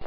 It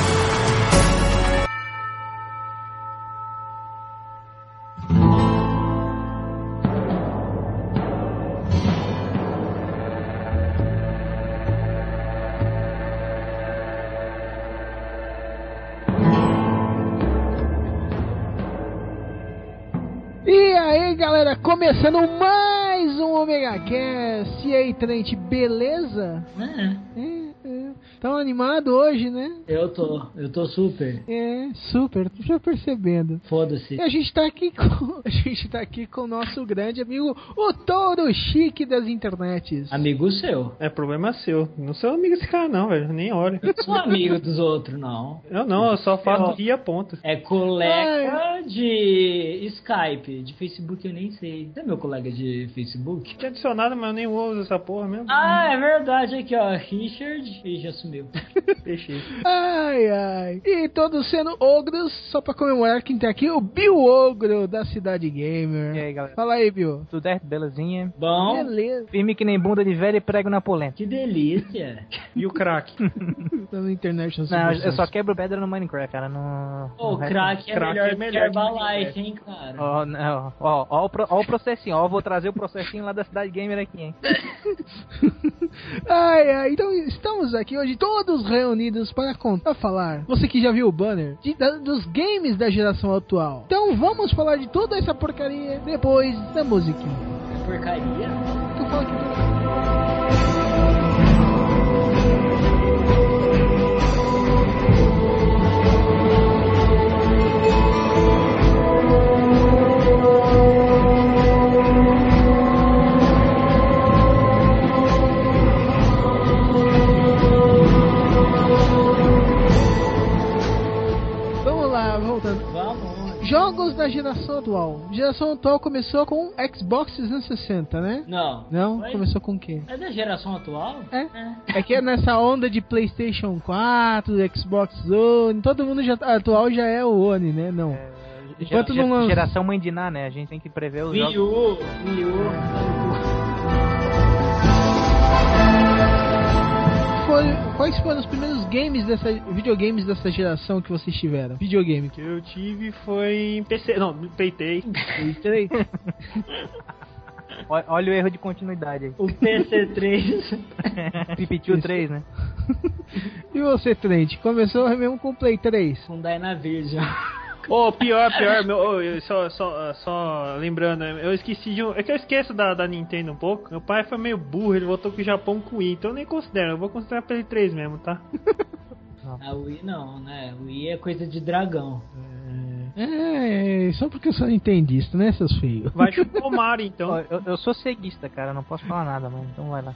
E aí galera, começando mais um Omega Cast. E aí, Trent, beleza? É, É, é. Tão animado hoje, né? eu tô, eu tô super. É, super, tô já percebendo. Foda-se. E a gente tá aqui com. A gente tá aqui com o nosso grande amigo, o touro chique das internets. Amigo seu. É problema seu. Não sou amigo desse cara, não, velho. Nem olho. Eu não sou amigo dos outros, não. Eu não, eu só Eu- faço guia ponto. É colega de Skype, de Facebook eu nem sei. Você é meu colega de Facebook? Tinha adicionado, mas eu nem uso essa porra mesmo. Ah, é verdade, aqui ó, Richard e já sumiu. Peixe. Ai, ai. E todos sendo ogros, só pra comemorar quem tá aqui, o Bill Ogro da Cidade E Gamer. aí, galera? Fala aí, Bill. Tudo certo? Belezinha? Bom, Beleza, Firme que nem bunda de velho e prego na polenta. que delícia. E o crack? tá na internet. Não, eu só quebro pedra no Minecraft, cara. No... Ô, no resto- crack é Crack melhor é que melhor que Herbalife, hein, cara. Ó, não. Ó, ó, o pro- ó o processinho. Ó, vou trazer o processinho lá da Cidade Gamer aqui, hein. Ai, ai, então estamos aqui hoje todos reunidos para contar, falar. Você que já viu o banner de- da- dos games da geração atual. Então vamos falar de toda essa porcaria depois da musiquinha. Porcaria. Tu fala que tu- Vamos lá, voltando. Vamos. Jogos da geração atual. Geração atual começou com Xbox 360, né? Não. Não? Foi? Começou com o quê? É da geração atual? É. É que é nessa onda de PlayStation 4, Xbox One, todo mundo já atual já é o One, né? Não. Enquanto não lança- Geração mãe de Ná, né? A gente tem que prever os jogos. Viu, viu. Foi- quais foram os primeiros games dessa videogames dessa geração que vocês tiveram? Videogame. que eu tive foi em PC. Não, me peitei. Entrei. Ó- Olha o erro de continuidade aí. O PC3. Repetiu três, né? e você, Trent? Começou mesmo com o Play 3. com Dynavision. Ô, pior, pior, meu. ô, eu só, só, só lembrando, eu esqueci de um. É que eu esqueço da, da Nintendo um pouco. Meu pai foi meio burro, ele voltou pro Japão com Wii, então eu nem considero. Eu vou considerar pelo 3 mesmo, tá? A Wii não, né? Wii é coisa de dragão. É, só porque eu sou nintendista, né, seus filhos? Vai chupar o Mario, Ó, então. Eu, eu sou ceguista, cara. Não posso falar nada, mano. Então vai lá.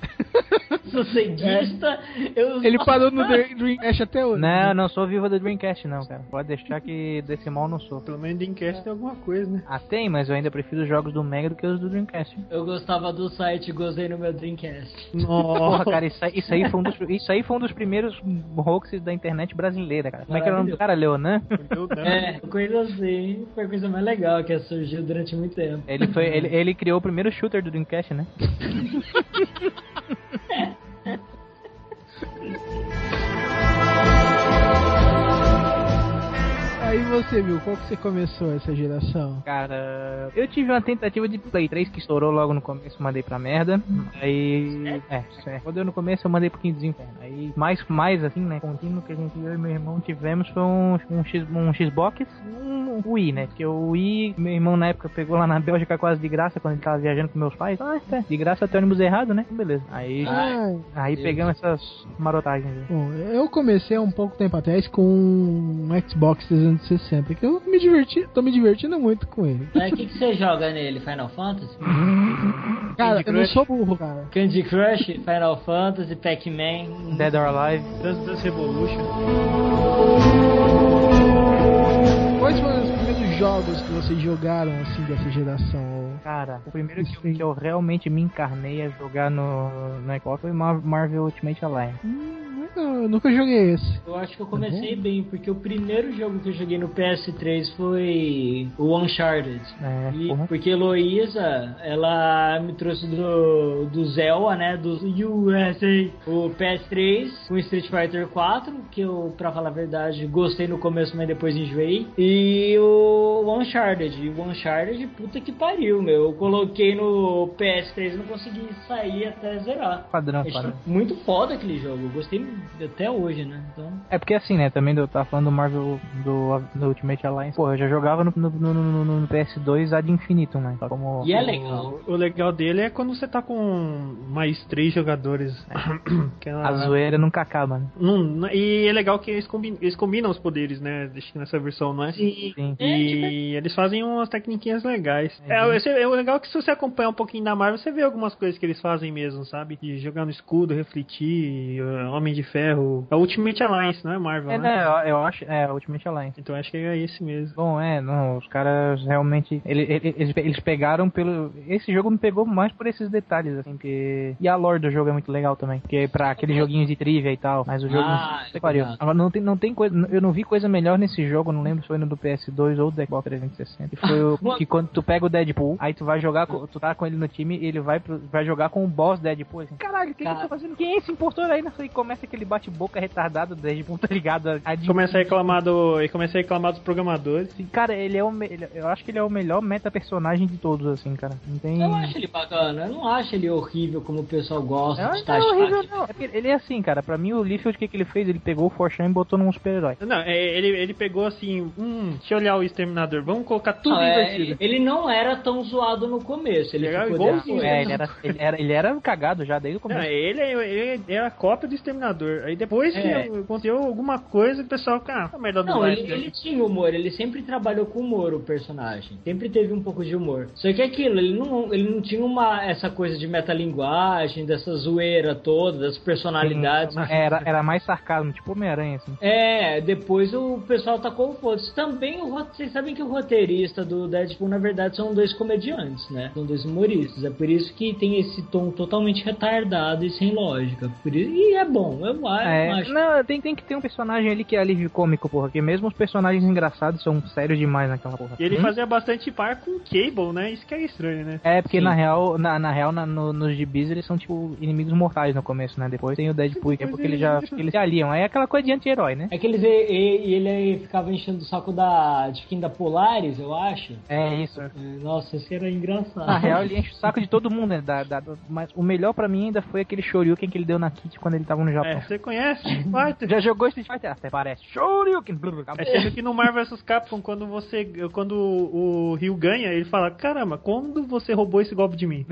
Sosseguista, eu. Ele parou no Dream- Dreamcast até hoje. Não, não sou viva do Dreamcast, não, cara. Pode deixar que desse mal não sou. Pelo menos Dreamcast tem alguma coisa, né? Ah, tem, mas eu ainda prefiro os jogos do Mega do que os do Dreamcast. Eu gostava do site Gozei no meu Dreamcast. Nossa, Porra, cara, isso aí, isso aí foi um dos, isso aí foi um dos primeiros hoaxes da internet brasileira, cara. Como é que era o nome do cara? Leonan? eu não. É, coisa assim. Foi a coisa mais legal que surgiu durante muito tempo. Ele, foi, ele, ele criou o primeiro shooter do Dreamcast, né? Aí você viu, qual que você começou essa geração? Cara, eu tive uma tentativa de Play 3 que estourou logo no começo, mandei pra merda. Aí. É, é. Quando eu no começo, eu mandei pro quinto inferno. Aí, mais, mais assim, né? Contínuo que a gente, eu e meu irmão tivemos foi um, um, X, um Xbox e um Wii, né? Porque o Wii, meu irmão na época pegou lá na Bélgica quase de graça quando ele tava viajando com meus pais. Ah, tá. De graça até ônibus errado, né? Beleza. Aí. Ai, Ai, Aí pegamos essas marotagens. aí. Bom, eu comecei há um pouco tempo atrás com um Xbox 360, que eu me diverti, tô me divertindo muito com ele. Mas É, o que, que você joga nele? Final Fantasy? Cara, Candy eu não Crush. sou burro, cara. Candy Crush, Final Fantasy, Pac-Man. Dead or Alive. Dance Dance Revolution. Quais foram os primeiros jogos que vocês jogaram, assim, dessa geração? Cara, o primeiro que eu, Sim. que eu realmente me encarnei a jogar no, no Xbox foi Mar- Marvel Ultimate Alliance. Hum, Eu nunca joguei esse. Eu acho que eu Uhum. comecei bem, porque o primeiro jogo que eu joguei no PS3 foi o Uncharted. É, E- porra. porque Heloísa, ela me trouxe do, do Zelda, né? Do USA. O PS3, o Street Fighter 4, que eu, pra falar a verdade, gostei no começo, mas depois enjoei. E o Uncharted. E o Uncharted, puta que pariu, meu. Eu coloquei no PS3 e não consegui sair até zerar. Padrão, Achei padrão. É tipo, Muito foda aquele jogo. Eu gostei até hoje, né? Então. É porque assim, né? Também eu tava falando do Marvel do, do Ultimate Alliance. Porra, eu já jogava no, no, no- no- no PS2 ad infinitum, né? Só Como, E é legal. Então, O legal dele é quando você tá com mais três jogadores. Que é uma- A zoeira nunca acaba, né? Não- e é legal que eles combinam, eles combinam os poderes, né? Acho que nessa versão, não é? Sim. tipo, E eles fazem umas tecniquinhas legais. Uhum. É, você- é, o legal é que se você acompanhar um pouquinho da Marvel, você vê algumas coisas que eles fazem mesmo, sabe? De jogar no escudo, refletir, eh, Homem de Ferro. É o Ultimate Alliance, não é Marvel, É, né? né? Eu, eu acho. É, Ultimate Alliance. Então acho que é esse mesmo. Bom, é, não, os caras realmente. ele- ele- eles, eles pegaram pelo. Esse jogo me pegou mais por esses detalhes, assim, que. E a lore do jogo é muito legal também. Porque pra aqueles joguinhos de trivia e tal. Mas o jogo. Ah, puta que pariu. legal. Agora não tem, não tem coisa. Eu não vi coisa melhor nesse jogo, não lembro se foi no do PS2 ou do Xbox 360. Que foi o, que quando tu pega o Deadpool, aí tu vai jogar, com- tu tá com ele no time e ele vai, pro- vai jogar com o boss Deadpool. Assim, Caralho, o que, que eu tô fazendo? Quem é esse impostor aí? E começa aquele bate-boca retardado do Deadpool, tá ligado? A- a- Começa a reclamar do. e Começa a reclamar dos programadores. Sim, Cara, ele é o me- ele- eu acho que ele é o melhor meta personagem de todos, assim, cara. Não tem. Eu acho ele bacana, eu não acho ele horrível como o pessoal gosta É, não de é taxar. horrível, ele. não. É porque ele é assim, cara. Pra mim, o Liefeld, o que, que ele fez? Ele pegou o Forchan e botou num super-herói. Não, é, ele, ele pegou assim, hum, deixa eu olhar o Exterminador, vamos colocar tudo Não, é, invertido. ele, ele não era tão zoado no começo, ele Ele era ficou igualzinho, depois. É, ele era, ele, era, ele era cagado já desde o né? Não, começo. ele, ele era a cópia do Exterminador. Aí depois É. que aconteceu alguma coisa, o pessoal fica, ah, merda do Não, ele, Liefeld. ele tinha humor, ele sempre trabalhou com humor, o personagem. Sempre teve um pouco de humor. Só que é aquilo, ele não, ele não tinha uma, essa coisa de metalinguagem, dessa zoeira toda, das é personalidades. Uhum. um- né? Era, era mais sarcasmo, tipo Homem-Aranha, assim. É, depois o pessoal tacou o foda-se. Também, o, rote- vocês sabem que o roteirista do Deadpool, na verdade, são dois comediantes, né? São dois humoristas. É por isso que tem esse tom totalmente retardado e sem lógica. Por isso, e é bom, eu a- É, acho. não, tem, tem que ter um personagem ali que é alívio cômico, porra. Porque mesmo os personagens engraçados são sérios demais naquela porra. E ele Hum? fazia bastante par com o Cable, né? Isso que é estranho, né? É, porque Sim. na real, na, na real, na- no- nos gibis eles são tipo inimigos mortais no começo, né? Depois tem o Deadpool, que é porque eles já eles se aliam. É aquela coisa de anti-herói, né? É que eles, e, e- e ele aí ficava enchendo o saco da, de quem da Polaris, eu acho. É isso. É, Nossa, isso era engraçado. Na real, ele enche o saco de todo mundo, né? Da, da- mas o melhor pra mim ainda foi aquele Shoryuken que ele deu na Kit quando ele tava no Japão. É, você conhece? Fighter? Já jogou Street Fighter? Até parece. Shoryuken! Blu, blu, acabou. É sendo que no Marvel vs Capcom, quando você. Quando o Ryu ganha, ele fala, caramba, quando você roubou esse golpe de mim?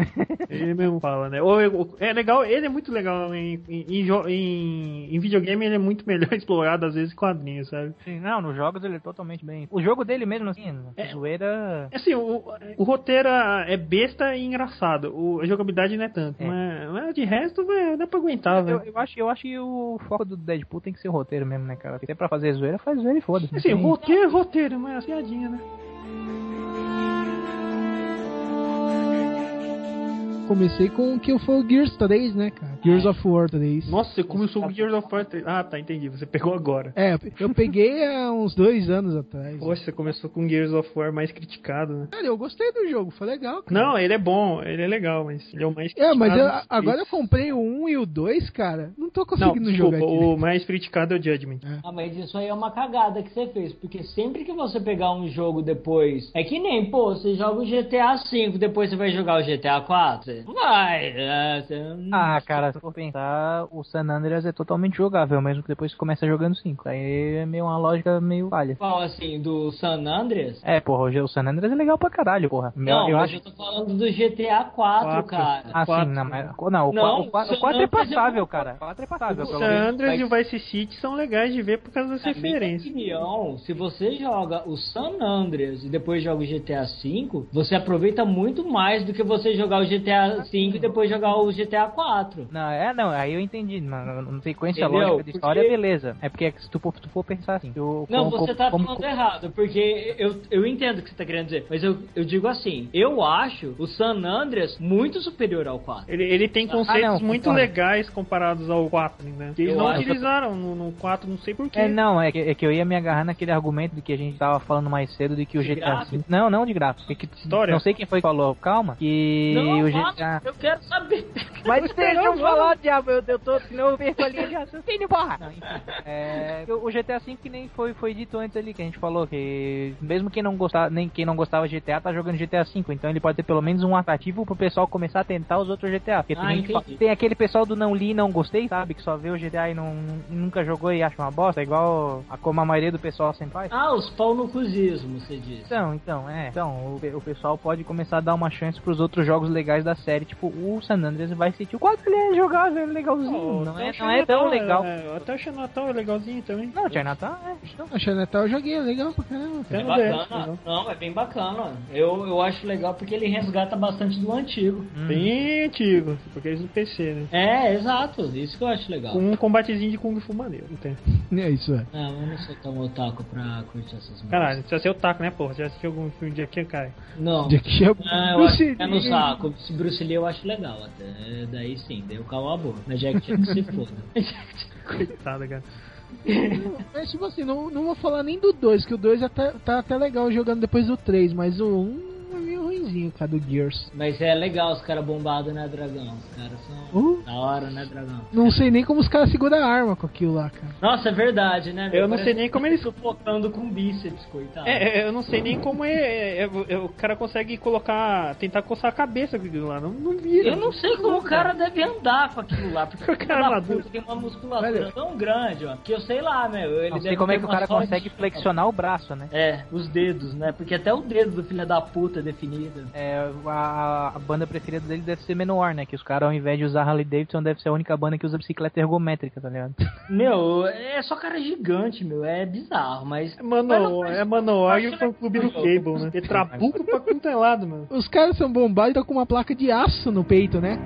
ele mesmo fala, né? Ou eu- é legal, ele é muito legal em, em, em jo- em- em videogame, ele é muito melhor explorado, às vezes, em quadrinhos, sabe? Sim, Não, nos jogos ele é totalmente bem. O jogo dele mesmo, assim, zoeira. Assim, o, o roteiro é besta e engraçado. O, a jogabilidade não é tanto. É. Mas, mas de resto, velho, dá pra aguentar, Eu, velho. eu acho, eu acho que o foco do Deadpool tem que ser o roteiro mesmo, né, cara? Se é pra fazer zoeira, faz zoeira e foda-se. né? Assim, Não tem- roteiro é roteiro, mas piadinha, né? Comecei com o que foi o Gears 3, né, cara? Gears of War 3. Nossa, você começou com Gears of War 3. Ah, tá, entendi. Você pegou agora. É, eu peguei há uns dois anos É. atrás. Poxa, você começou com Gears of War mais criticado, né? Cara, eu gostei do jogo, foi legal, cara. Não, ele é bom, ele é legal, mas ele é o mais É, criticado. mas eu- dos agora eu três. comprei o 1 e o 2, cara. Não tô Não, conseguindo desculpa, jogar aqui. o mais criticado é o Judgment. Ah, mas isso aí é uma cagada que você fez, porque sempre que você pegar um jogo depois, é que nem, pô, você joga o GTA V, depois você vai jogar o GTA IV? Vai, é, você não- Ah, cara, se for pensar, o San Andreas é totalmente jogável, mesmo que depois você começa jogando 5. Aí é meio uma lógica meio falha. Qual, assim, do San Andreas? É, porra, o San Andreas é legal pra caralho, porra. Meu- não, eu mas acho. eu tô falando do GTA IV, Quatro. cara. Ah, sim, quatro. não, mas, não, o Não, 4 San é Andreas é passável, bom. cara. O 4 é passável, O pelo San menos. Andreas mas- e o Vice City são legais de ver por causa das Na é minha referências. opinião, se você joga o San Andreas e depois joga o GTA V, você aproveita muito mais do que você jogar o GTA GTA V e depois jogar o GTA 4. Não, é, não, aí eu entendi, mano. Não sequência Entendeu? lógica de história, Porque- beleza. É porque se tu for, tu for pensar assim. eu- Não, como- você tá como- falando errado, porque eu, eu entendo o que você tá querendo dizer, mas eu, eu digo assim, eu acho o San Andreas muito superior ao 4. Ele, ele tem conceitos Ah, não, muito concordo. legais comparados ao 4, né? Que eles Eu não acho- utilizaram no, no 4, não sei porquê. É, não, é que, é que eu ia me agarrar naquele argumento de que a gente tava falando mais cedo de que o De GTA. gráfico? Não, não de gráfico. é que- História? Não sei quem foi que falou, calma. Que não, o fala, GTA. eu quero saber. Mas deixa eu falar, diabo, eu, eu tô, senão eu perco a linha de raciocínio, porra! Não, enfim, é, o o GTA V que nem foi, foi dito antes ali, que a gente falou, que mesmo quem não gostava, nem quem não gostava de GTA tá jogando GTA V, então ele pode ter pelo menos um atrativo pro pessoal começar a tentar os outros GTA. Porque tem, Ah, gente que fala- entendi. tem aquele pessoal do não li e não gostei, sabe? Que só vê o GTA e não, nunca jogou e acha uma bosta, igual a como a maioria do pessoal sempre faz. Ah, os pau no cuzismo, você diz. Então, então, é. Então, o, pe- o pessoal pode começar a dar uma chance pros outros jogos legais da série. Tipo, o San Andreas vai sentir o quadro ele é jogável, é legalzinho. Pô, não, até é, o não é tão Oh, Chinatown legal. é- até o Xenatão é legalzinho também. Não, Chinatown é. Então, A Xanatal eu joguei, é legal pra caramba. Até É Tá no DS, bacana, legal. não, é bem bacana. Eu, eu acho legal porque ele resgata bastante do antigo. Hum. Bem antigo, porque eles no PC, né? É, exato, isso que eu acho legal. Com um combatezinho de Kung Fu maneiro. não tem. É isso, é. Não, eu não sou tão otaku pra curtir essas músicas. Caralho, precisa ser o taco, né, porra? Já assistiu algum filme de aqui, cara? Não. Jack Chan- Ah, eu Bruce acho que é no Lee. saco. Esse Bruce Lee eu acho legal até. É, Daí sim, daí eu calo a boca. Mas Jack Chan que se foda. Coitado, cara. Mas tipo assim, não, não vou falar nem do 2, que o 2 até, tá até legal jogando depois do 3, mas o 1 um é meio ruimzinho, cara, do Gears. Mas é legal os caras bombados, né, dragão? Os caras são Uh. da hora, né, dragão? Não sei nem como os caras seguram a arma com aquilo lá, cara. Nossa, é verdade, né? Eu não sei nem como eles- Sufocando com bíceps, coitado. É, é, eu não sei nem como é, é, é, é, O cara consegue colocar. tentar coçar a cabeça com aquilo lá. Não, não vira. Eu não sei como o cara deve andar com aquilo lá, porque O cara filho é da maduro. puta tem uma musculatura Velho. tão grande, ó, que eu sei lá, meu. Ele não sei deve como ter é que o uma cara sorte. consegue flexionar o braço, né? É, os dedos, né? Porque até o dedo do filho da puta é definido. É, a, a banda preferida dele deve ser Menor, né? Que os caras, ao invés de usar Harley Davidson, deve ser a única banda que usa bicicleta ergométrica, tá ligado? Meu, é só cara gigante, meu. É bizarro, mas. É Manowar, é Manowar e o fã clube do Cable, né? É trabuco pra quanto é lado, mano. Os caras são bombados e tá com uma placa de aço no peito, né?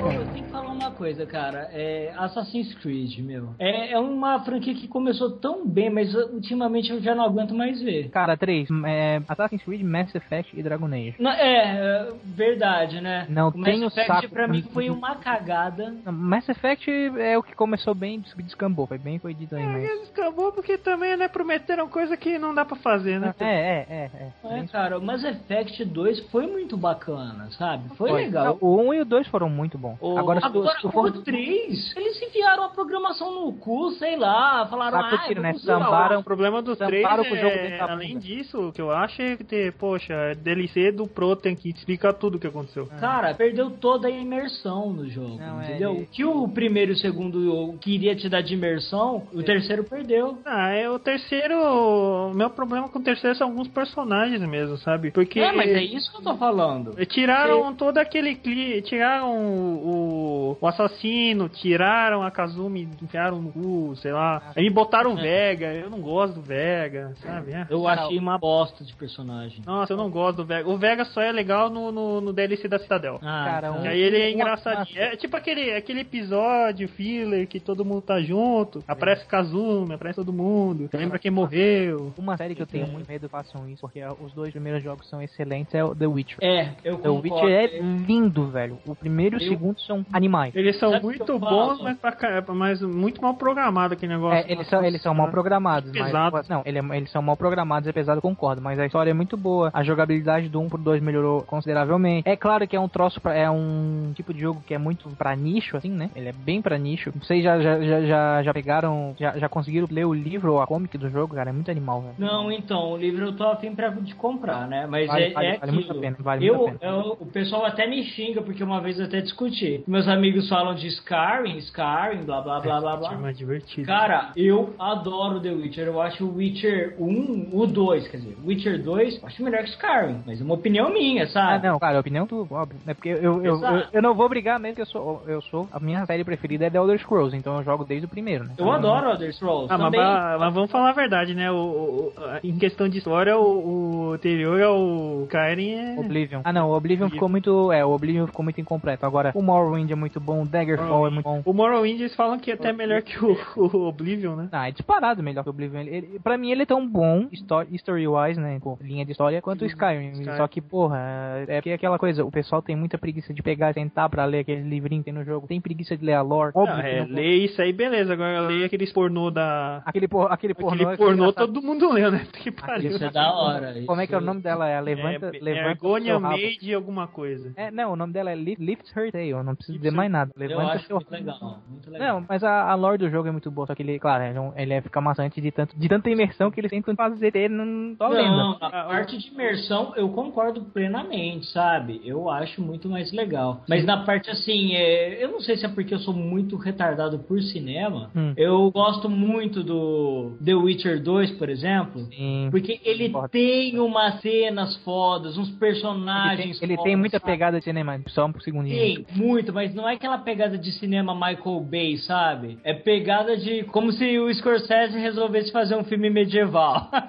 Pô, É. eu tenho que falar uma coisa, cara. É Assassin's Creed, meu. É, é uma franquia que começou tão bem, mas uh, ultimamente eu já não aguento mais ver. Cara, três. É, Assassin's Creed, Mass Effect e Dragon Age. Não, é, é, verdade, né? Não o tenho Mass Effect saco. pra mim foi uma cagada. né, Mass Effect é o que começou bem, descambou. Foi bem, foi dito aí, mas... Eles acabou porque também, né, prometeram coisa que não dá pra fazer, né? É, é, é, é. É, cara, o Mass Effect 2 foi muito bacana, sabe? Foi, Foi. legal. Não, o 1 e o 2 foram muito bons. O- Agora, se tu, Agora, se tu o for. 3, eles enfiaram a programação no cu, sei lá, falaram, Sabe por ah, quê, né? vamos usar o Sambaram O problema dos três Tamparam com o jogo é, dentro da além bunda. disso, o que eu acho é que ter, poxa, é DLC do Proton que explica tudo o que aconteceu. Cara, perdeu toda a imersão no jogo, Não, é, entendeu? ele- O que o primeiro e o segundo jogo queria te dar de imersão, o terceiro perdeu. Ah, é o terceiro. O meu problema com o terceiro são alguns personagens mesmo, sabe? Porque. É, mas é isso que eu tô falando. eh, Tiraram todo aquele cli... Tiraram o, o- o assassino, tiraram a Kazumi, enfiaram no cu, sei lá. Aí botaram o Vega, eu não gosto do Vega, sabe? É. Eu achei uma bosta de personagem. Nossa, eu não gosto do Vega. O Vega só é legal no, no, no DLC da Cidadel. Ah, Cara, E um- aí ele é Uma engraçadinho. massa. É tipo aquele, aquele episódio filler que todo mundo tá junto. Aparece Kazuma, aparece todo mundo. Lembra quem morreu. Uma série que eu tenho muito medo façam isso, porque ah, os dois primeiros jogos são excelentes, é o The Witcher. É, eu The concordo. Witcher é lindo, velho. O primeiro e o Eu- segundo são animais. Eles são Sabe o que muito eu bons, falo? mas, pra ca- mas muito mal programado aquele negócio. É, eles, são, eles são né? mal programados, mas. Pesado. Não, ele é- eles são mal programados, é pesado, concordo. Mas a história é muito boa. A jogabilidade do 1 pro 2 melhorou consideravelmente. É claro que é um troço, pra- é um tipo de jogo que é muito pra nicho, assim, né? Ele é bem pra nicho. Vocês já, já, já, já, já pegaram, já, já conseguiram ler o livro ou a comic do jogo, cara? É muito animal, velho. Não, então, o livro eu tô afim pra, de comprar, né? Mas Vale- é, vale- é vale muito aquilo. a pena, vale muito Eu- a pena. eu- o pessoal até me xinga, porque uma vez eu até discuti. Meus amigos falam, falam de Skyrim, Skyrim, blá blá blá blá É blá. mais divertido. Cara, eu adoro The Witcher. Eu acho o Witcher 1, o 2, quer dizer, Witcher 2, eu acho melhor que Skyrim. Mas é uma opinião minha, Ah, sabe? não, cara, a opinião tu, óbvio. É porque eu, eu, eu, eu, eu não vou brigar mesmo que eu sou, eu sou. A minha série preferida é The Elder Scrolls, então eu jogo desde o primeiro, né? Eu adoro Elder Scrolls Ah, mas, também. ba- mas vamos falar a verdade, né? O, o- o- a- em questão de história, o, o anterior ao Kyren é. Oblivion. Ah não, o Oblivion ficou muito. É, o Oblivion ficou muito incompleto. Agora, o Morrowind é muito bom, o Ah, Daggerfall é muito bom. O Morrowind eles falam que é até melhor que o, o Oblivion, né? Ah, é disparado melhor que o Oblivion. Ele, ele, pra mim ele é tão bom, histo- story-wise, né, pô, linha de história, quanto o Skyrim. Skyrim. Só que, porra, é porque é aquela coisa, o pessoal tem muita preguiça de pegar e tentar pra ler aquele livrinho que tem no jogo. Tem preguiça de ler a lore. Óbvio Não, que é, não- lê isso aí, beleza. Agora lê aqueles pornô da. Aquele, por, aquele pornô... Aquele é pornô engraçado. todo mundo leu, né? Que pariu. Isso é da hora. Como é que é o isso- nome dela? É Levanta... é, levanta é Argonia seu rabo. Made alguma coisa. É, não, o nome dela é Li- Lift Her Tail, eu não preciso Lift dizer Her- mais nada. Eu Levanta acho seu muito legal, muito legal. Não, mas a, a lore do jogo é muito boa, só que ele, claro, ele, é um- ele é ficar maçante de, tanto, de tanta imersão que eles tentam fazer ele não só Não, tá lendo. Ah, a parte de imersão eu concordo plenamente, sabe? Eu acho muito mais legal. Mas na parte assim, é, eu não sei se é porque eu sou muito retardado por cinema. Hum. Eu gosto muito do The Witcher 2, por exemplo. Sim. Porque ele Concordo. tem umas cenas fodas, uns Ele tem, personagens ele tem fodas, muita sabe? pegada de cinema, só um segundinho. Tem, muito, mas não é aquela pegada de cinema Michael Bay, sabe? É pegada de. Como se o Scorsese resolvesse fazer um filme medieval.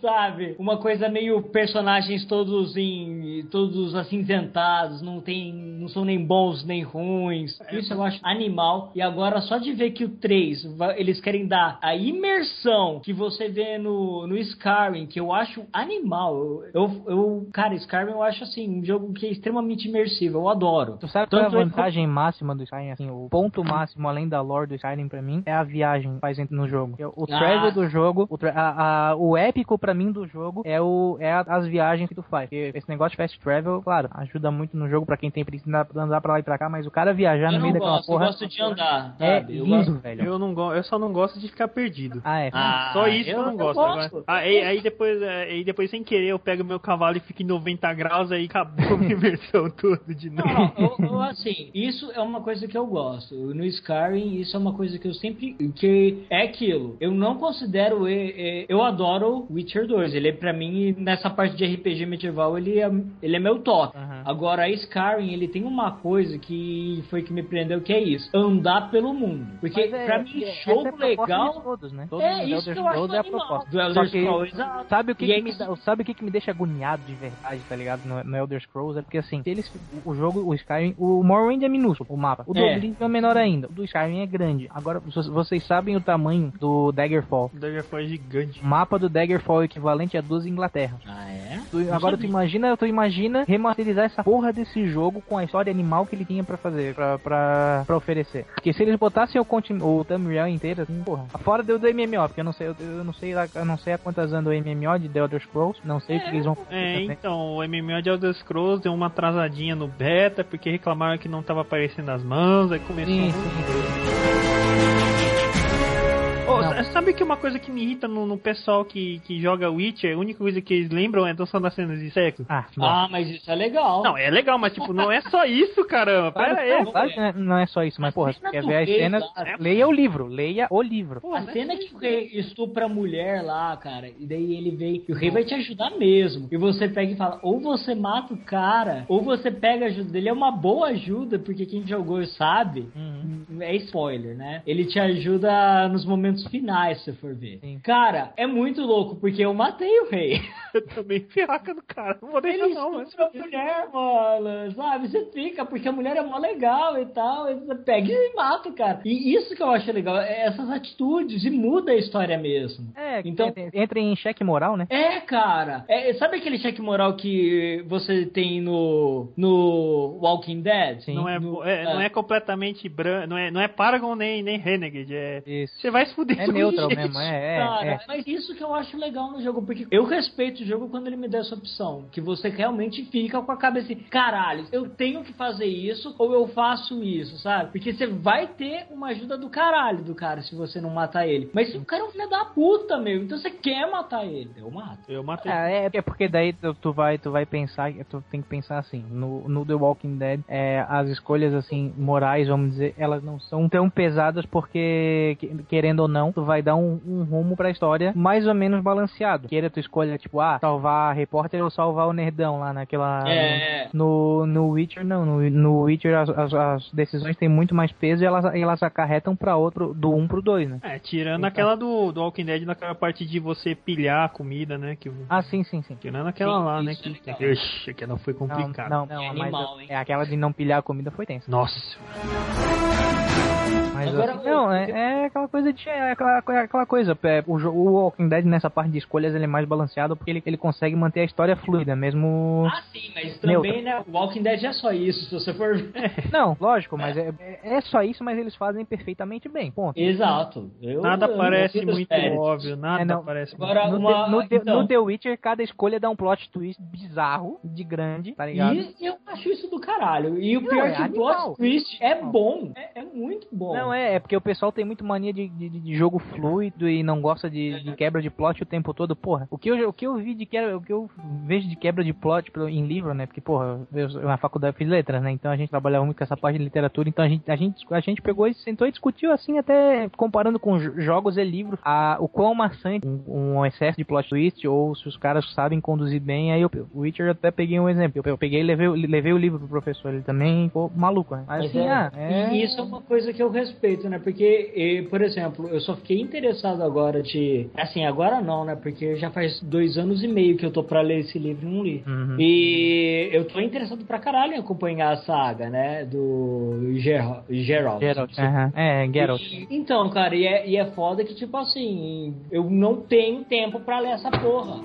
sabe? Uma coisa meio personagens todos em. todos acinzentados, não tem. não são nem bons nem ruins. É, Isso eu acho animal. E agora, só de ver que o 3 va- eles querem dar a imersão que você vê no, no Skyrim, que eu acho animal. Eu, eu, eu- cara, Skyrim eu acho assim, um jogo que é extremamente imersivo, eu adoro. Tu sabe qual é a Tanto ele vantagem máxima do Skyrim? Assim, o ponto máximo, além da lore do Skyrim pra mim, é a viagem que faz ent- no jogo. Eu- O Ah. travel do jogo, o, tra- a- a- o épico pra mim do jogo é, o, é a- as viagens que tu faz. Porque esse negócio de fast travel, claro, ajuda muito no jogo pra quem tem preguiça de andar pra lá e pra cá, mas o cara viajar Eu no não meio daquela gosto, eu porra gosto de andar, é sabe? Eu gosto- lindo, velho. Eu, não go eu só não gosto de ficar perdido. Ah, é. Ah, Só isso que eu não gosto. agora. Ah, aí, aí depois, é, aí depois, sem querer, eu pego meu cavalo e fico em 90 graus, aí acabou minha imersão toda de novo. Não, eu, eu, assim, isso é uma coisa que eu gosto. No Skyrim, isso é uma coisa que eu sempre. que é aquilo. Eu não considero. e- e- Eu adoro Witcher 2. Ele, é, pra mim, nessa parte de RPG medieval, ele é, ele é meu top. Aham. Agora, Skyrim, ele tem uma coisa que foi que me prendeu, que é isso: andar pelo mundo. Porque, Mas é- pra mim, é- show essa é a proposta de legal. todos, né? Todos É os isso Elder que eu acho Scrolls é a animal. proposta. Do Elder Só que- Scrolls, exato. Sabe o que, E que é me que- dá- sabe o que, que me deixa agoniado de verdade, tá ligado? No, no Elder Scrolls é porque assim, se eles o jogo, o Skyrim, o Morrowind é minúsculo, o mapa. O do É. Oblivion é menor ainda. O do Skyrim é grande. Agora vocês- vocês sabem o tamanho do Daggerfall. Daí já foi gigante. O mapa do Daggerfall é equivalente a duas Inglaterra. Ah, é? Tu- agora tu imagina, tu imagina remasterizar essa porra desse jogo com a história animal que ele tinha pra fazer, pra, pra, pra oferecer. Porque se eles botassem o, contin- o Tamriel inteiro, assim, porra. Fora do, do MMO, porque eu não sei, eu, eu não sei, lá- eu não sei há quantas anos o MMO de The Elder Scrolls, não sei o que eles vão fazer. É, também. então, o MMO de Elder Scrolls deu uma atrasadinha no beta, porque reclamaram que não tava aparecendo as mãos, aí começou... Sim, um- sim. Ô, Não. sa- sabe que uma coisa que me irrita no, no pessoal que, que joga Witcher, a única coisa que eles lembram é a dança das cenas de sexo? Ah, bom. Ah, mas isso é legal. Não, é legal, mas tipo, não é só isso, caramba. Claro, Pera aí. não, claro que não é- não é só isso, mas porra, se cena quer do ver as rei cenas, lá. leia o livro, leia o livro. Pô, A né? cena é que o rei estupra a mulher lá, cara, e daí ele vem, e o rei vai te ajudar mesmo. E você pega e fala, ou você mata o cara, ou você pega a ajuda dele. É uma boa ajuda, porque quem jogou sabe, Uhum. é spoiler, né? Ele te ajuda nos momentos finais, se for ver. Sim. Cara, é muito louco, porque eu matei o rei. Eu também ferraca do cara. Não vou deixar Ele não, mas... estupra a é mulher, mano, sabe? Você fica, porque a mulher é mó legal e tal. e Você pega e mata o cara. E isso que eu acho legal, é essas atitudes, e muda a história mesmo. É, então, Então- entra em xeque moral, né? É, cara. É, sabe aquele cheque moral que você tem no, no Walking Dead? Sim. Não é, No- é, não é completamente branco, não é, não é Paragon nem, nem Renegade, é... Isso. Você vai se fuder É com neutral mesmo, é, é, Cara, é. mas isso que eu acho legal no jogo, porque eu respeito o jogo quando ele me dá essa opção, que você realmente fica com a cabeça assim, caralho, eu tenho que fazer isso ou eu faço isso, sabe? Porque você vai ter uma ajuda do caralho do cara se você não matar ele. Mas se o cara é um filho da puta, meu, então você quer matar ele, eu mato. Eu matei. Ah, É, é, é porque daí tu, tu vai, tu vai pensar, tu tem que pensar assim, no, no The Walking Dead, é, as escolhas assim, morais, vamos dizer, elas não são tão pesadas porque, que- querendo ou não, tu vai dar um, um rumo pra história mais ou menos balanceado. Queira tu escolha, tipo, ah, salvar a repórter ou salvar o nerdão lá naquela... É, No, no Witcher, não. No, no Witcher, as, as- as decisões têm muito mais peso e elas, elas acarretam pra outro, do 1 pro 2, né? É, tirando Então. aquela do, do Walking Dead, naquela parte de você pilhar a comida, né? Que, Ah, sim, sim, sim. Tirando aquela Sim, lá, né? isso Que, é legal. que, Ixi, aquela foi Não, complicada. não, É não, animal, mas hein? é aquela de não pilhar a comida foi tensa. Nossa. Mas Agora, assim, não, o- é, é aquela coisa de. É aquela, é aquela coisa. é, o, jo- o Walking Dead nessa parte de escolhas ele é mais balanceado porque ele, ele consegue manter a história fluida, mesmo. Ah, sim, mas também, né? O Walking Dead é só isso, se você for ver. Não, lógico, mas é, é é só isso, mas eles fazem perfeitamente bem. Ponto. Exato. Eu- Nada eu não parece duvido os muito méritos. óbvio, nada É, não. parece muito. Agora, No, uma- The, no, The- então. no The Witcher, cada escolha dá um plot twist bizarro, de grande, tá ligado? E eu acho isso do caralho. E o Não, pior é é que o animal. plot twist é bom. É, é muito bom. Não, é, é porque o pessoal tem muito mania de, de, de jogo fluido e não gosta É. de, de quebra de plot o tempo todo. Porra, o que eu, o que eu vi de quebra, o que eu vejo de quebra de plot pelo- em livro, né? Porque, porra, eu, eu na faculdade fiz letras, né? Então a gente trabalhava muito com essa parte de literatura. Então a gente, a gente, a gente pegou e sentou e discutiu assim, até comparando com jo- jogos e livros, a, o quão maçante um, um excesso de plot twist ou se os caras sabem conduzir bem. Aí eu, o Witcher eu até peguei um exemplo. Eu, eu peguei e levei, o- levei o livro pro professor, ele também ficou maluco, né? Mas, Mas assim, é- ah, é... E isso é uma coisa que eu respeito, né? Porque, eh, por exemplo, eu só fiquei interessado agora de. Assim, agora não, né? Porque já faz dois anos e meio que eu tô pra ler esse livro e não li. Uhum. E eu tô interessado pra caralho em acompanhar a saga, né? Do Geralt. Geralt. Geralt, aham. É, Geralt. E- Então, cara, e é, e é foda que, tipo assim, eu não tenho tempo pra ler essa porra.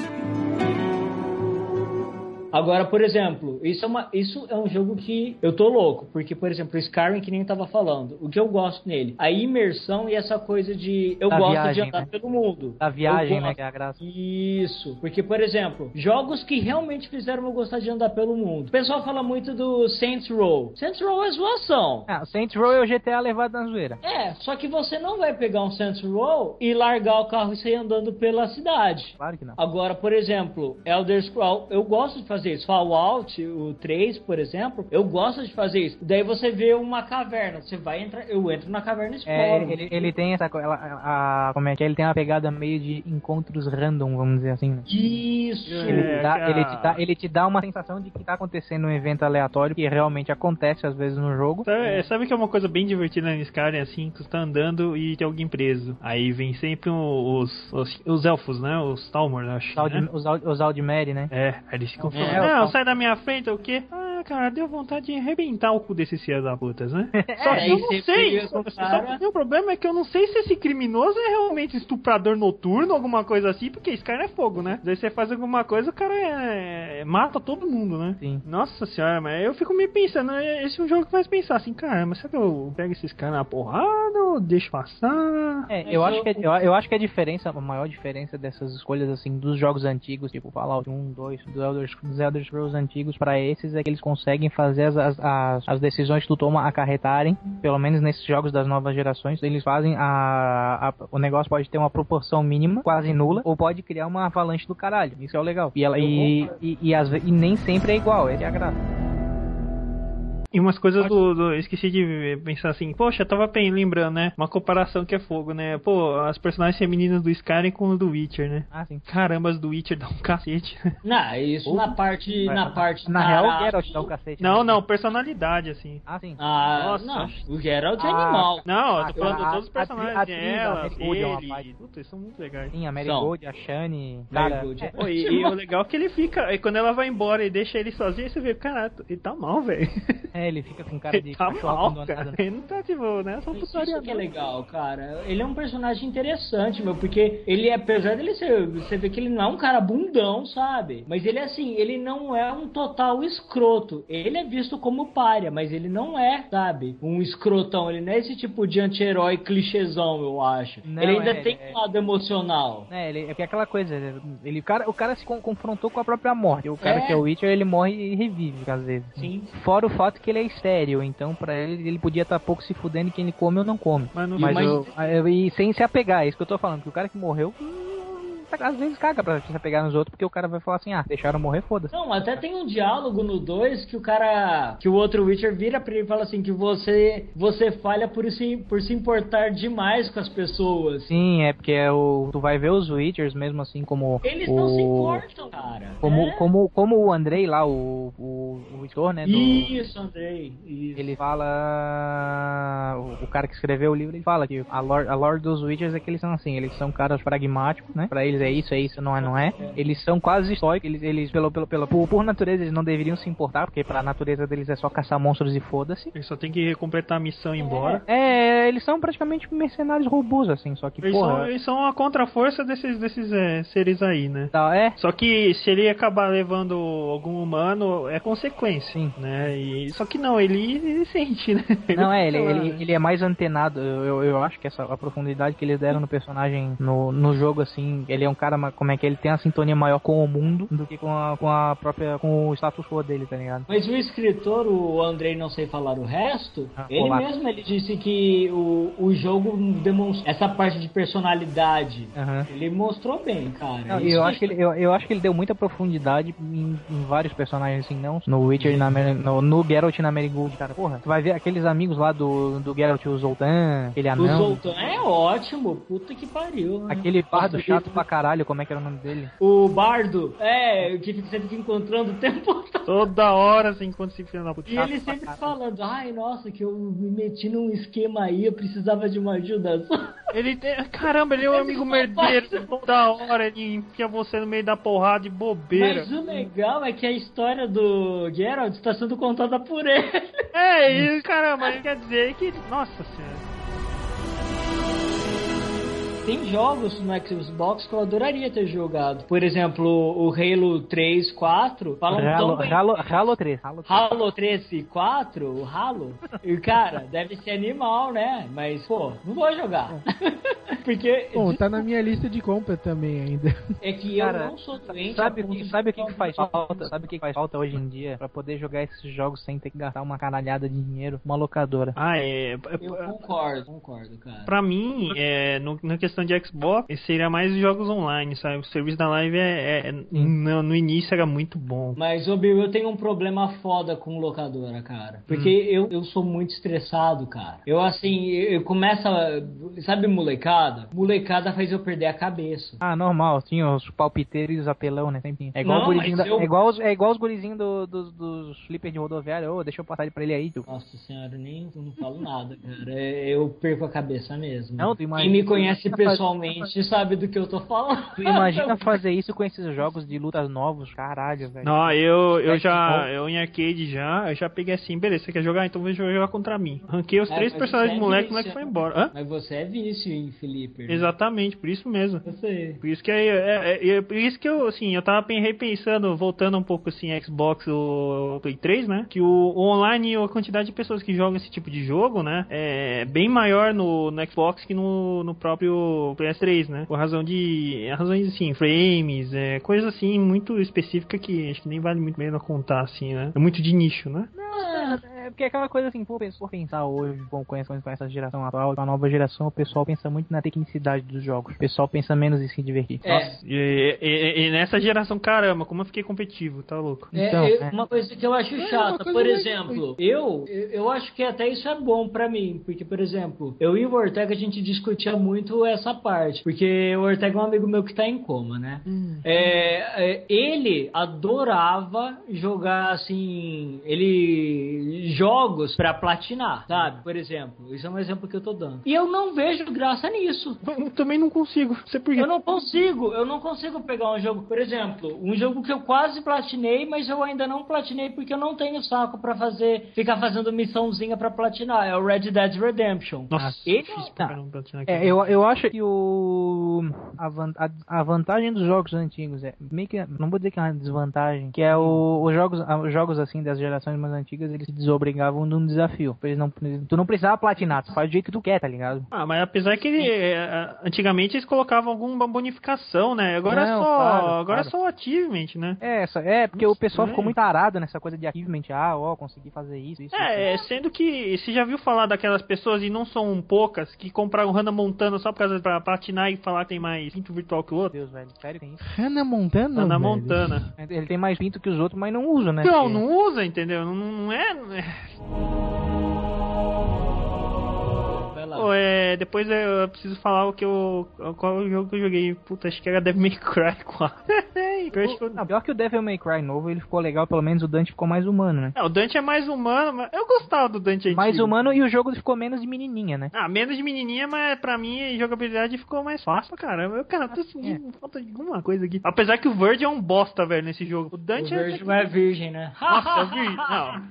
Agora, por exemplo, isso é, uma, isso é um jogo que eu tô louco, porque, por exemplo, o Skyrim, que nem eu tava falando, o que eu gosto nele? A imersão e essa coisa de eu Da gosto viagem, de andar né? pelo mundo. A viagem, Eu né? gosto. Que é a graça. Isso, porque por exemplo, jogos que realmente fizeram eu gostar de andar pelo mundo. O pessoal fala muito do Saints Row. Saints Row é zoação. Ah, o Saints Row é o GTA levado na zoeira. É, só que você não vai pegar um Saints Row e largar o carro e sair andando pela cidade. Claro que não. Agora, por exemplo, Elder Scrolls, eu gosto de fazer isso. Fallout, o 3, por exemplo, eu gosto de fazer isso. Daí você vê uma caverna, você vai entrar, eu entro na caverna e É, exploro. ele, ele tem essa. co- Ela, a, a- como é que é? Ele tem uma pegada meio de encontros random, vamos dizer assim, né? Isso. É, Ele, te dá, cara. ele, te dá, ele te dá uma sensação de que tá acontecendo um evento aleatório que realmente acontece às vezes no jogo. Sabe, é, sabe que é uma coisa bem divertida no Skyrim, assim, que você tá andando e tem alguém preso. Aí vem sempre um- os, os, os elfos, né? Os Talmor, acho. Os Audi- Né? Os Audi- os Aldmeri, né? É, aí eles ficam É, falando, é, o não, Talmor. sai da minha frente, é o quê? Ah, cara, deu vontade de arrebentar o cu desses filhos da putas, né? Só que É, aí eu não você sei, briga só, com o só cara. que o problema é que eu não sei se esse criminoso é realmente estuprador noturno, alguma coisa assim, porque Skyrim é fogo, né? Daí você faz alguma coisa, o cara é- mata todo mundo, né? Sim. Nossa senhora, mas eu fico me pensando, é- esse é um jogo que faz pensar assim, cara, mas será que eu pego esses caras na porrada ou deixo passar? É, Mas eu, eu- acho que, a- eu, eu acho que é a diferença, a maior diferença dessas escolhas, assim, dos jogos antigos, tipo Fallout 1, 2, do Elder, dos Elder Scrolls antigos pra esses, é que eles conseguem fazer as, as, as, as decisões que tu toma acarretarem, pelo menos nesses jogos das novas gerações, eles fazem a, a- O negócio pode ter uma proporção mínima, quase nula, ou pode criar uma avalanche do caralho. Isso é o legal. E, ela, e, e, e, às ve- e nem sempre é igual, essa é a graça. E umas coisas do, do- eu Esqueci de pensar assim, poxa, eu tava bem lembrando, né? Uma comparação que é fogo, né? Pô, as personagens femininas do Skyrim com o do Witcher, né? Ah, sim. Caramba, as do Witcher dá um cacete. Não, isso Ou- na parte. Na parte. Na real, o tarado. Geralt dá o cacete. né? Não, não, personalidade, assim. Ah, sim. Ah, Nossa. não. O Geralt é Ah, animal. Não, eu Ah, tô falando a- de todos os a- a atriz- personagens. a atriz, a ela, Mary Gold é uma ele. parte. Puta, eles são muito legais. Sim, a Mary São. Gold, a Shani. Mary cara, Gold. é- Pô, e, e o legal é que ele fica. Aí quando ela vai embora e deixa ele sozinho, aí você vê, cara, ele tá mal, velho. É, É, ele fica com cara de tá cachorro mal, abandonado, cara. né? Ele não tá tipo, né? Só Mas putaria. Isso que é não. legal, cara. Ele é um personagem interessante, meu, porque ele, é, apesar dele ser. Você vê que ele não é um cara bundão, sabe? Mas ele, é assim, ele não é um total escroto. Ele é visto como párea, mas ele não é, sabe? Um escrotão. Ele não é esse tipo de anti-herói clichêzão, eu acho. Não, ele ainda é, tem é. um lado emocional. É, ele, é porque é aquela coisa, ele- ele, o, cara, o cara se con- confrontou com a própria morte. O cara É. que é o Witcher, ele morre e revive, às vezes. Sim. Fora o fato que ele é estéreo, então pra ele, ele podia estar pouco se fudendo quem ele come ou não come. Mas não Mas Mas- eu- eu- e sem se apegar, é isso que eu tô falando, que o cara que morreu, hum, tá- às vezes caga pra se apegar nos outros, porque o cara vai falar assim, ah, deixaram morrer, foda-se. Não, até tem um diálogo no 2 que o cara. que o outro Witcher vira pra ele e fala assim: que você você falha por se, por se importar demais com as pessoas. Sim, é porque é o, tu vai ver os Witchers mesmo assim como Eles o, não se importam, cara. como, É. como, como o Andrei lá, o, o, o editor, né, do- Isso, Andrei. Isso. Ele fala. O, o cara que escreveu o livro ele fala que a lore, a lore dos Witchers é que eles são assim, eles são caras pragmáticos, né? Pra eles é isso, é isso, não é, não é. Eles são quase estoicos, eles, eles pelo, pelo, pelo, por, por natureza eles não deveriam se importar, porque pra natureza deles é só caçar monstros e foda-se. Ele só tem que completar a missão e ir embora. É, eles são praticamente mercenários robôs, assim, só que Eles são, porra. eles são a contraforça desses, desses é, seres aí, né? Tá, é, Só que se ele acabar levando algum humano, é consequência, Sim. né? E, só que não, ele, ele sente, né? Não, é, ele, fica lá, ele, né? ele é mais antenado. Eu, eu, eu acho que essa a profundidade que eles deram no personagem no, no jogo, assim, ele é um cara, ma- como é que é? ele tem uma sintonia maior com o mundo do que com a, com a própria, com o status quo dele, tá ligado? Mas o escritor, o Andrei, não sei falar o resto, Ah, ele olá. mesmo ele disse que o, o jogo demonstra essa parte de personalidade. Aham. Ele mostrou bem, cara. Não, e Isso eu, acho que ele, eu, eu acho que ele deu muita profundidade em, em vários personagens, assim, não no Witcher, e na Mary- no, no Geralt e na Mary Gold, cara. Porra, tu vai ver aqueles amigos lá do, do Geralt, o Zoltan, aquele O anão, Zoltan é ótimo, puta que pariu. né? aquele bardo Nossa, chato pra caralho, como é que era o nome dele? O Bardo, é, o que você fica encontrando o tempo todo. Toda hora, assim, quando se enfia na puta. E ele sempre falando, ai, nossa, que eu me meti num esquema aí, eu precisava de uma ajuda. Ele tem... Caramba, ele é um amigo merdeiro. Toda hora ele enfia você no meio da porrada de bobeira. Mas o legal é que a história do Geralt está sendo contada por ele. É, e, caramba, ele quer dizer que... Nossa senhora. Tem jogos no Xbox que eu adoraria ter jogado. Por exemplo, o Halo 3, 4. Falam Halo, tão bem. Halo, Halo 3. Halo 3. Halo 3 e 4, o Halo. E cara, deve ser animal, né? Mas, pô, não vou jogar. Porque Bom, tá na minha lista de compra também ainda. é que Cara, eu não sou doente. Sabe, a o ponto que, de sabe o que, jogar que faz alguns falta? jogos. Sabe o que que faz falta hoje em dia pra poder jogar esses jogos sem ter que gastar uma caralhada de dinheiro numa locadora? Ah, é... é- Eu concordo, concordo, cara. Pra mim, é, no- na questão de Xbox, seria mais jogos online, sabe? O serviço da live é, é- no, no início era muito bom. Mas, ô Bill, eu tenho um problema foda com locadora, cara. Porque Hum. eu, eu sou muito estressado, cara. Eu, assim, eu, eu começo a... Sabe molecada? Molecada faz eu perder a cabeça. Ah, normal, tinha os palpiteiros e os apelão, né? Sempre. É igual, Não, o gurizinho mas da- eu- é igual, os- é igual os gurizinhos do- dos dos flipper de rodoviária. Ô, deixa eu passar ele pra ele aí, tu. Nossa senhora, eu nem eu não falo nada, cara. É, Eu perco a cabeça mesmo. Não, tu Quem imagina- me conhece tu imagina- pessoalmente sabe do que eu tô falando. Tu imagina fazer isso com esses jogos de lutas novos? Caralho, velho. Não, eu, eu É já, bom. eu em arcade já, eu já peguei assim, beleza, você quer jogar? Então vou jogar contra mim. Ranquei os É, três mas personagens isso é moleque, vício, o moleque foi né? embora. Hã? Mas você é vício, hein, Uhum. Felipe? Exatamente, por isso mesmo. Eu sei. Por isso que aí, é, é- é- por isso que eu, assim, eu tava pen- repensando, voltando um pouco assim, Xbox ou Play 3, né? Que o, o online e a quantidade de pessoas que jogam esse tipo de jogo, né? É bem maior no, no Xbox que no, no próprio PS3, né? Por razão de. razões assim, frames, é, coisa assim, muito específica que acho que nem vale muito a pena contar, assim, né? É muito de nicho, né? É porque é aquela coisa assim, pô, se for pensar hoje, bom, com essa, com essa geração atual, com a nova geração, o pessoal pensa muito na tecnicidade dos jogos. O pessoal pensa menos em se divertir. É, E, e- e- e nessa geração, caramba, como eu fiquei competitivo, tá louco? É, Então, eu- é. uma coisa que eu acho uma chata, coisa por legal. exemplo, eu, eu eu acho que até isso é bom pra mim, porque, por exemplo, eu e o Ortega a gente discutia muito essa parte, porque o Ortega é um amigo meu que tá em coma, né? É, é, ele adorava jogar assim, ele é, jogos pra platinar, sabe? Por exemplo, isso é um exemplo que eu tô dando. E eu não vejo graça nisso. Eu também não consigo. Não sei por quê. Eu não consigo, eu não consigo pegar um jogo, por exemplo, um jogo que eu quase platinei, mas eu ainda não platinei porque eu não tenho saco pra fazer, ficar fazendo missãozinha pra platinar. É o Red Dead Redemption. tá. Nossa, Ele- difícil pra caramba tá platinar É, aquilo. eu, eu acho que o a, van- a- a vantagem dos jogos antigos é meio que não vou dizer que é uma desvantagem, que é o, os jogos a- os jogos assim das gerações mais antigas eles se desobrigavam de um desafio. Eles não tu não precisava platinar, tu faz do jeito que tu quer, tá ligado? Ah, mas apesar que ele, é, antigamente eles colocavam alguma bonificação, né? Agora é Não, só, claro, agora é claro. só o achievement, né? É, essa, é porque o pessoal estranho. ficou muito arado nessa coisa de achievement, ah, ó, consegui fazer isso, isso. isso. É, é, sendo que você já viu falar daquelas pessoas, e não são poucas, que compraram Hannah Montana só por causa pra platinar e falar que tem mais pinto virtual que o Meu outro? Deus, velho, sério tem isso? Hannah Montana? Hannah velho? Montana. Ele tem mais pinto que os outros, mas não usa, né? Não, Porque- não usa, entendeu? Não, não é. não é. Vai lá. Pô, é, depois eu preciso falar o que eu. Qual o jogo que eu joguei? Puta, acho que era Devil May Cry 4. eu acho que eu- Não, pior que o Devil May Cry novo, ele ficou legal, pelo menos o Dante ficou mais humano, né? É, o Dante é mais humano, mas eu gostava do Dante antigo. Mais humano e o jogo ficou menos de menininha, né? Ah, menos de menininha, mas pra mim a jogabilidade ficou mais fácil pra caramba. Eu, cara, tô sentindo falta de alguma coisa aqui. Apesar que o Verde é um bosta, velho, nesse jogo. O O Dante é. Virgil é virgem, né? Nossa, o Vir... Não.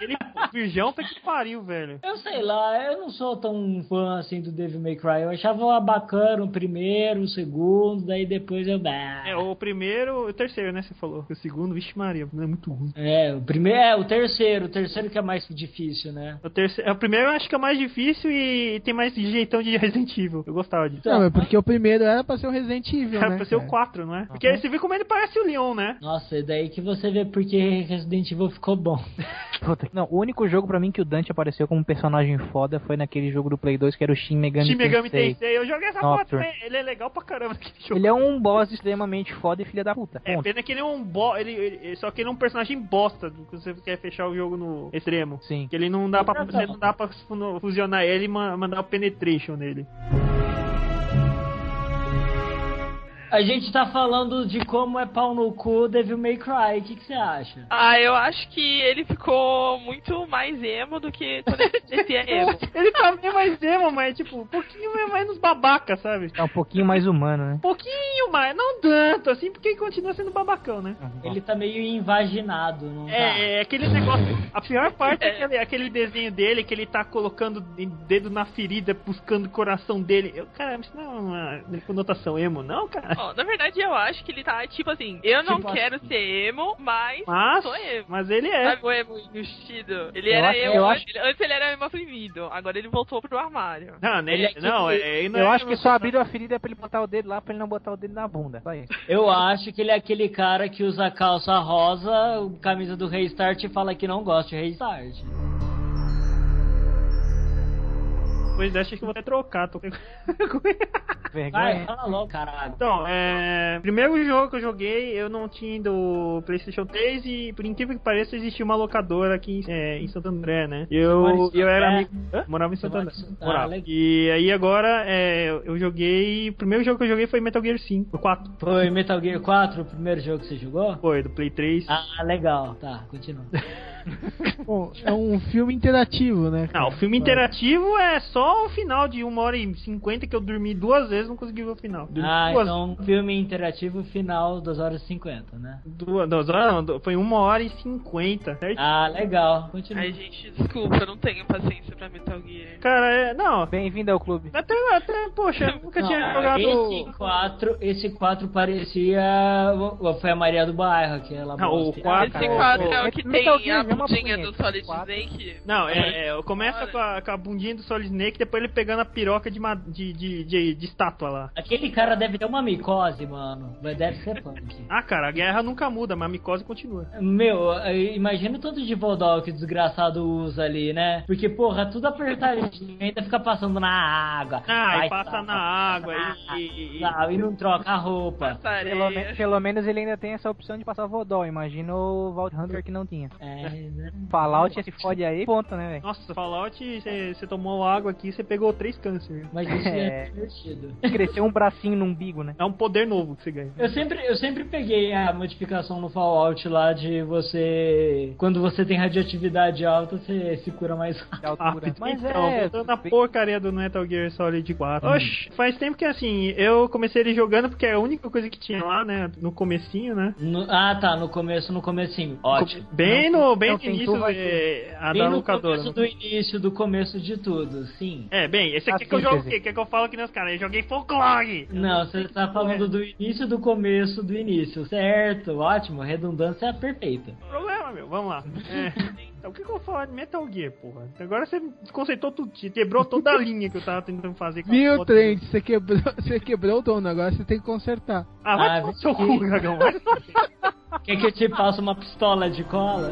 Ele... O Virgão foi que pariu, velho. Eu sei lá, eu não sou tão fã assim do Devil May Cry. Eu achava bacana o primeiro, o segundo, daí depois eu. É, o primeiro. O terceiro, né? Você falou. O segundo, vixe Maria, não é muito ruim. É, o primeiro, é, o terceiro, o terceiro que é mais difícil, né? O, terceiro, o primeiro eu acho que é o mais difícil e tem mais jeitão de Resident Evil. Eu gostava disso. Não, é porque o primeiro era pra ser o Resident Evil, Era né? pra ser o cara? 4, não é? Porque você viu como ele parece o Leon, né? Nossa, é daí que você vê porque Resident Evil ficou bom. Puta, Não, o único jogo pra mim que o Dante apareceu como um personagem foda foi naquele jogo do Play 2 que era o Shin Megami, Shin Megami Tensei. Tensei. Eu joguei essa Nocturne. foto também. Ele é legal pra caramba aquele jogo. Ele é um boss extremamente foda e filha da puta. É, Ponto. pena que ele é um bo... ele, ele- Só que ele é um personagem bosta do- quando você quer fechar o jogo no extremo. Sim. Que ele não dá pra. Você não dá pra fu- fusionar ele e ma- mandar o penetration nele. A gente tá falando de como é pau no cu Devil May Cry, o que, que você acha? Ah, eu acho que ele ficou muito mais emo do que quando ele parecia emo. Ele também é mais emo, mas tipo, um pouquinho é mais nos babaca, sabe? É um pouquinho mais humano, né? Um pouquinho mais, não tanto, assim, porque ele continua sendo babacão, né? Ele tá meio invaginado, não tá? É, é aquele negócio. A pior parte é aquele, aquele desenho dele que ele tá colocando em- dedo na ferida, buscando o coração dele. Eu, cara, isso não é uma conotação emo, não, cara. Ó, na verdade, eu acho que ele tá tipo assim: eu não Tipo quero assim. ser emo, mas, Mas, sou emo. mas ele é. Sabe o emo vestido? Ele Eu era acho- emo. eu acho- ele- antes ele era emo oprimido, agora ele voltou pro armário. Não, né? Ele é não, tipo- é, ele não Eu é- acho que só abriram a ferida pra ele botar o dedo lá, pra ele não botar o dedo na bunda. Só isso. Eu acho que ele é aquele cara que usa calça rosa, camisa do Restart e fala que não gosta de Restart. Depois dessa acho que eu vou até trocar. Tô... com vergonha. Vai, Vergonha. fala logo, caralho. então, é. Primeiro jogo que eu joguei, eu não tinha do PlayStation 3 e, por incrível que pareça, existia uma locadora aqui é, em Santo André, mora né? em Eu, Santo eu era André? amigo. Hã? Morava em Você Santo mora em André. Santo- Ah, Morava. legal. E aí agora, é, eu joguei. O primeiro jogo que eu joguei foi Metal Gear 5, o 4. Foi Metal Gear 4 o primeiro jogo que você jogou? Foi, do Play 3. Ah, legal. Tá, continua. Bom, é um filme interativo, né? cara? Não, o filme interativo é só o final de 1 hora e 50 que eu dormi duas vezes não consegui ver o final. Dormi Ah, duas então filme interativo final 2 horas e 50, né? Duas, duas horas não, du- foi uma hora e cinquenta, certo? Ah, legal. Continua. Ai, gente, desculpa, eu não tenho paciência pra Metal Gear. Cara, é, não, Bem-vindo ao clube. até, até, poxa, eu nunca Não, tinha jogado... Esse 4, esse 4 parecia. Foi a Maria do Bairro, aquela Não, o bosta. quatro- Ah, Esse cara, quadro o- é o que Metal tem Gear a é uma bundinha punheta. do Solid Quatro. Snake. Não, é, é, começa Olha. com a, com a bundinha do Solid Snake, depois ele pegando a piroca de, ma- de, de, de, de estátua lá. Aquele cara deve ter uma micose, mano. Mas Deve ser punk. Ah, cara, a guerra nunca muda, mas a micose continua. Meu, eh, imagina o tanto de Vodol que o desgraçado usa ali, né? Porque, porra, tudo apertadinho, ainda fica passando na água. Ah, Vai, e passa sabe, na água, na e... e- e- água, E não troca a roupa. Essa areia. Pelo, me- pelo menos ele ainda tem essa opção de passar Vodol. Imagina o Vault Hunter que não tinha. É, né? Fallout se fode aí, ponto, né, velho? Nossa, Fallout, você tomou água aqui aqui, você pegou três câncer. Mas isso é, É. divertido. Cresceu um bracinho no umbigo, né? É um poder novo que você ganha. Eu sempre, eu sempre peguei a modificação no Fallout lá de você. Quando você tem radioatividade alta, você se cura mais rápido. De Ah, altura. é, mas então, voltando à bem- porcaria do Metal Gear Solid 4. Oxi, faz tempo que assim, eu comecei ele jogando porque é a única coisa que tinha lá, né? No comecinho, né? No- ah, tá, no começo, no comecinho. Ótimo. Bem no, bem não, no quem tu início vai é, a da Bem no locadora. começo do início, do começo de tudo, sim. É, bem, esse aqui A que eu jogo o síntese. quê? Que é que eu falo aqui nos caras? Eu joguei folclore! Não, você tá falando do início do começo do início, certo? Ótimo, a redundância é perfeita. Problema, meu, vamos lá. É. Então, o que, que eu vou falar de Metal Gear, porra? Agora você desconcertou tudo, te quebrou toda a linha que eu tava tentando fazer. com a Viu, foto. Trent? Você quebrou, você quebrou o dono, agora você tem que consertar. Ah, vai Ah, tomar no vi- seu cu, dragão. vai. Quer que eu te passe uma pistola de cola?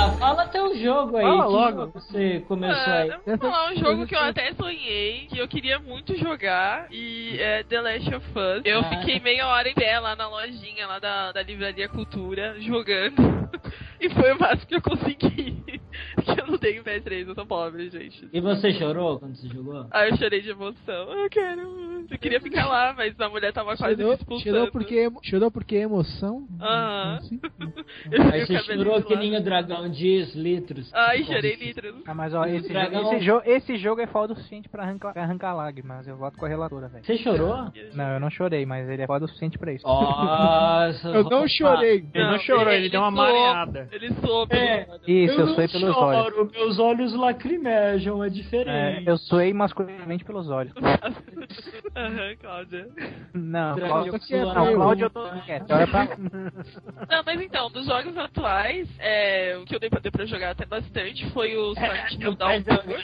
Ah, fala teu jogo aí. Fala que logo. É, jogo Você começou Ah, aí. eu vou falar um jogo que eu até sonhei, que eu queria muito jogar, e é The Last of Us. Eu Ah. fiquei meia hora em pé lá na lojinha, lá da, da Livraria Cultura, jogando. E foi o máximo que eu consegui. Porque eu não tenho PS3, eu sou pobre, gente. E você chorou quando você jogou? Aí eu chorei de emoção. Eu quero. Eu queria ficar lá, mas a mulher tava quase me Chorou, expulsando. né? chorou porque, emo- chorou porque é emoção? Assim? Aham. Sim. Eu Aí você fiquei com a chorou que cabelinho nem o dragão diz, litros. Ai, chorei litros. Ah, mas ó, esse, jo- Dragão. esse, jo- esse jogo é foda o suficiente pra arrancar, arrancar lágrimas. Eu voto com a relatora, velho. Você chorou? Não, eu não chorei, mas ele é foda o suficiente pra isso. Nossa. Eu não chorei. Ele não chorou, ele deu uma soube, mareada. Ele soube. É. Isso, eu, não suei pelos olhos. choro, meus olhos lacrimejam, é É, diferente. eu suei masculinamente pelos olhos. Aham, Cláudia. Não, Dragão Cláudio, que é não, meu. Cláudio eu tô quieto. Olha pra... Não, mas então, dos jogos atuais, é, o que eu dei pra, deu pra jogar até bastante foi É, o Silent Hill Downpour.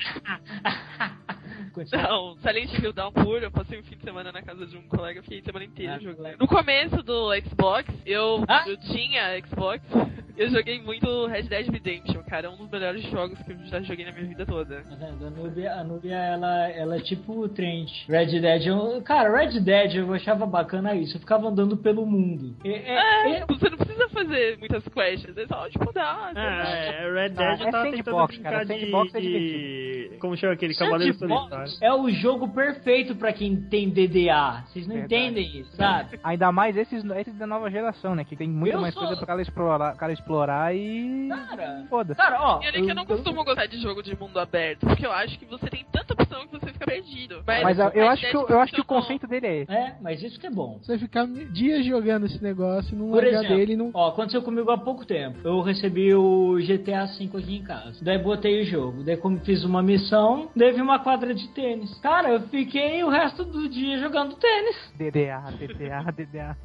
Continua. Não, Silent Hill Downpour, eu passei um fim de semana na casa de um colega, fiquei a semana inteira Ah, jogando. colega. No começo do Xbox, eu, Ah! eu tinha Xbox, eu joguei muito Red Dead Redemption, cara, é um dos melhores jogos que eu já joguei na minha vida toda. Tá vendo? A Nubia, a Nubia ela, ela é tipo o Trent. Red Dead, eu, cara, Red Dead eu achava bacana isso. Eu ficava andando pelo mundo. É, é, É, é- você não precisa fazer muitas quests, é só, tipo, dar... Ah, é, Red Dead Ah, eu é tava tentando sandbox, brincar cara, de, sandbox é de... Como chama aquele? Cavaleiro Sandbox tá Solitário. é o jogo perfeito pra quem tem DDA. Vocês não Verdade. entendem isso, sabe? Ainda mais esses, esses da nova geração, né? Que tem muito Eu mais sou- coisa pra cara explorar, pro cara explorar e. Cara, Foda. cara, ó. E olha é que eu não costumo gostar de jogo de mundo aberto, porque eu acho que você tem tanta opção que você fica perdido. Mas eu, eu Red acho que, Dead o- eu acho que o funciona. conceito dele é esse. É, mas isso que é bom. Você ficar dias jogando esse negócio, não Por largar exemplo, dele, não... ó, aconteceu comigo há pouco tempo. Eu recebi o GTA V aqui em casa. Daí botei o jogo. Daí como fiz uma missão, teve uma quadra de tênis. Cara, eu fiquei o resto do dia jogando tênis. DDA, DDA, DDA.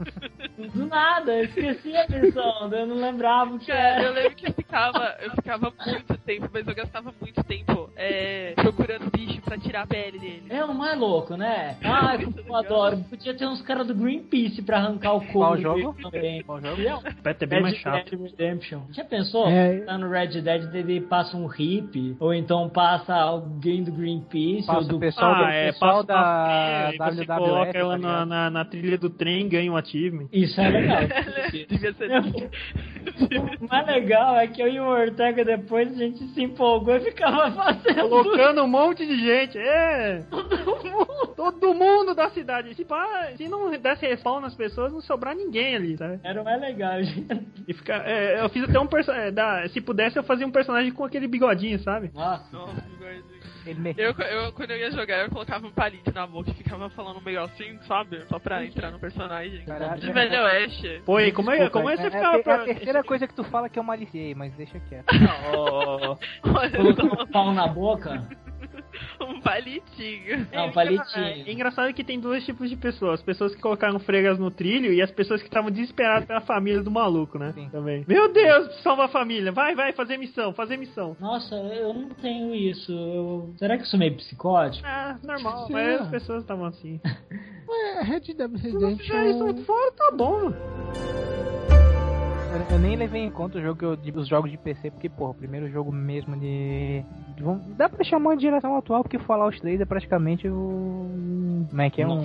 Do nada, eu esqueci a missão. daí eu não lembrava o que Cara, eu era. lembro que eu ficava, eu ficava muito tempo, mas eu gastava muito tempo é, procurando bicho pra tirar a pele dele. É o mais louco, né? Ah, eu adoro. Podia ter uns caras do Greenpeace pra arrancar o couro. Qual jogo? dele Também. Qual jogo? Não, Pet é bem mais Red chato. Dead Redemption. Já pensou? É. Tá no Red Dead, ele passa um hippie, ou então passa alguém do Greenpeace, ou Passa do... o pessoal, do, Ah, é, passa pessoal da da você WWF. coloca ela tá na, ligado? na, na trilha do trem e ganha um achievement. Isso é legal. né? Devia ser. assim. o mais legal é que eu e o Ortega depois a gente se empolgou e ficava fazendo Colocando um monte de gente, é! Todo mundo, todo mundo da cidade. Se, pá, se não desse respawn nas pessoas, não sobrar ninguém ali, sabe? Era o mais legal, gente. E fica, é, eu fiz até um personagem. se pudesse, eu fazia um personagem com aquele bigodinho, sabe? Nossa. Nossa, que gordinho. Ele me- eu, eu, quando eu ia jogar, eu colocava um palito na boca e ficava falando meio assim, sabe? Só pra entrar no personagem. Caralho. De Velho Oeste. Pô, e como é, Desculpa, como é que você é, ficava é, a pra. terceira coisa que tu fala que eu maliciei, mas deixa quieto. Ó, Colocando Olha um pau na boca? só, um palitinho. Não, É palitinho. engraçado que tem dois tipos de pessoas. As pessoas que colocaram fregas no trilho e as pessoas que estavam desesperadas pela família do maluco, né? Sim. Também. Meu Deus, salva a família. Vai, vai, fazer missão, fazer missão. Nossa, eu não tenho isso. Eu- Será que eu sou meio picótico? Ah, normal, Sim, mas é. as pessoas estavam assim. É, Red Dead um- Se não fizer é isso Redemption... fora, tá bom. mano. Eu nem levei em conta o jogo que eu, de- os jogos de PC, porque, porra, o primeiro jogo mesmo de. de- vamos- dá pra chamar de geração atual, porque Fallout 3 é praticamente o. Como é que é? Um-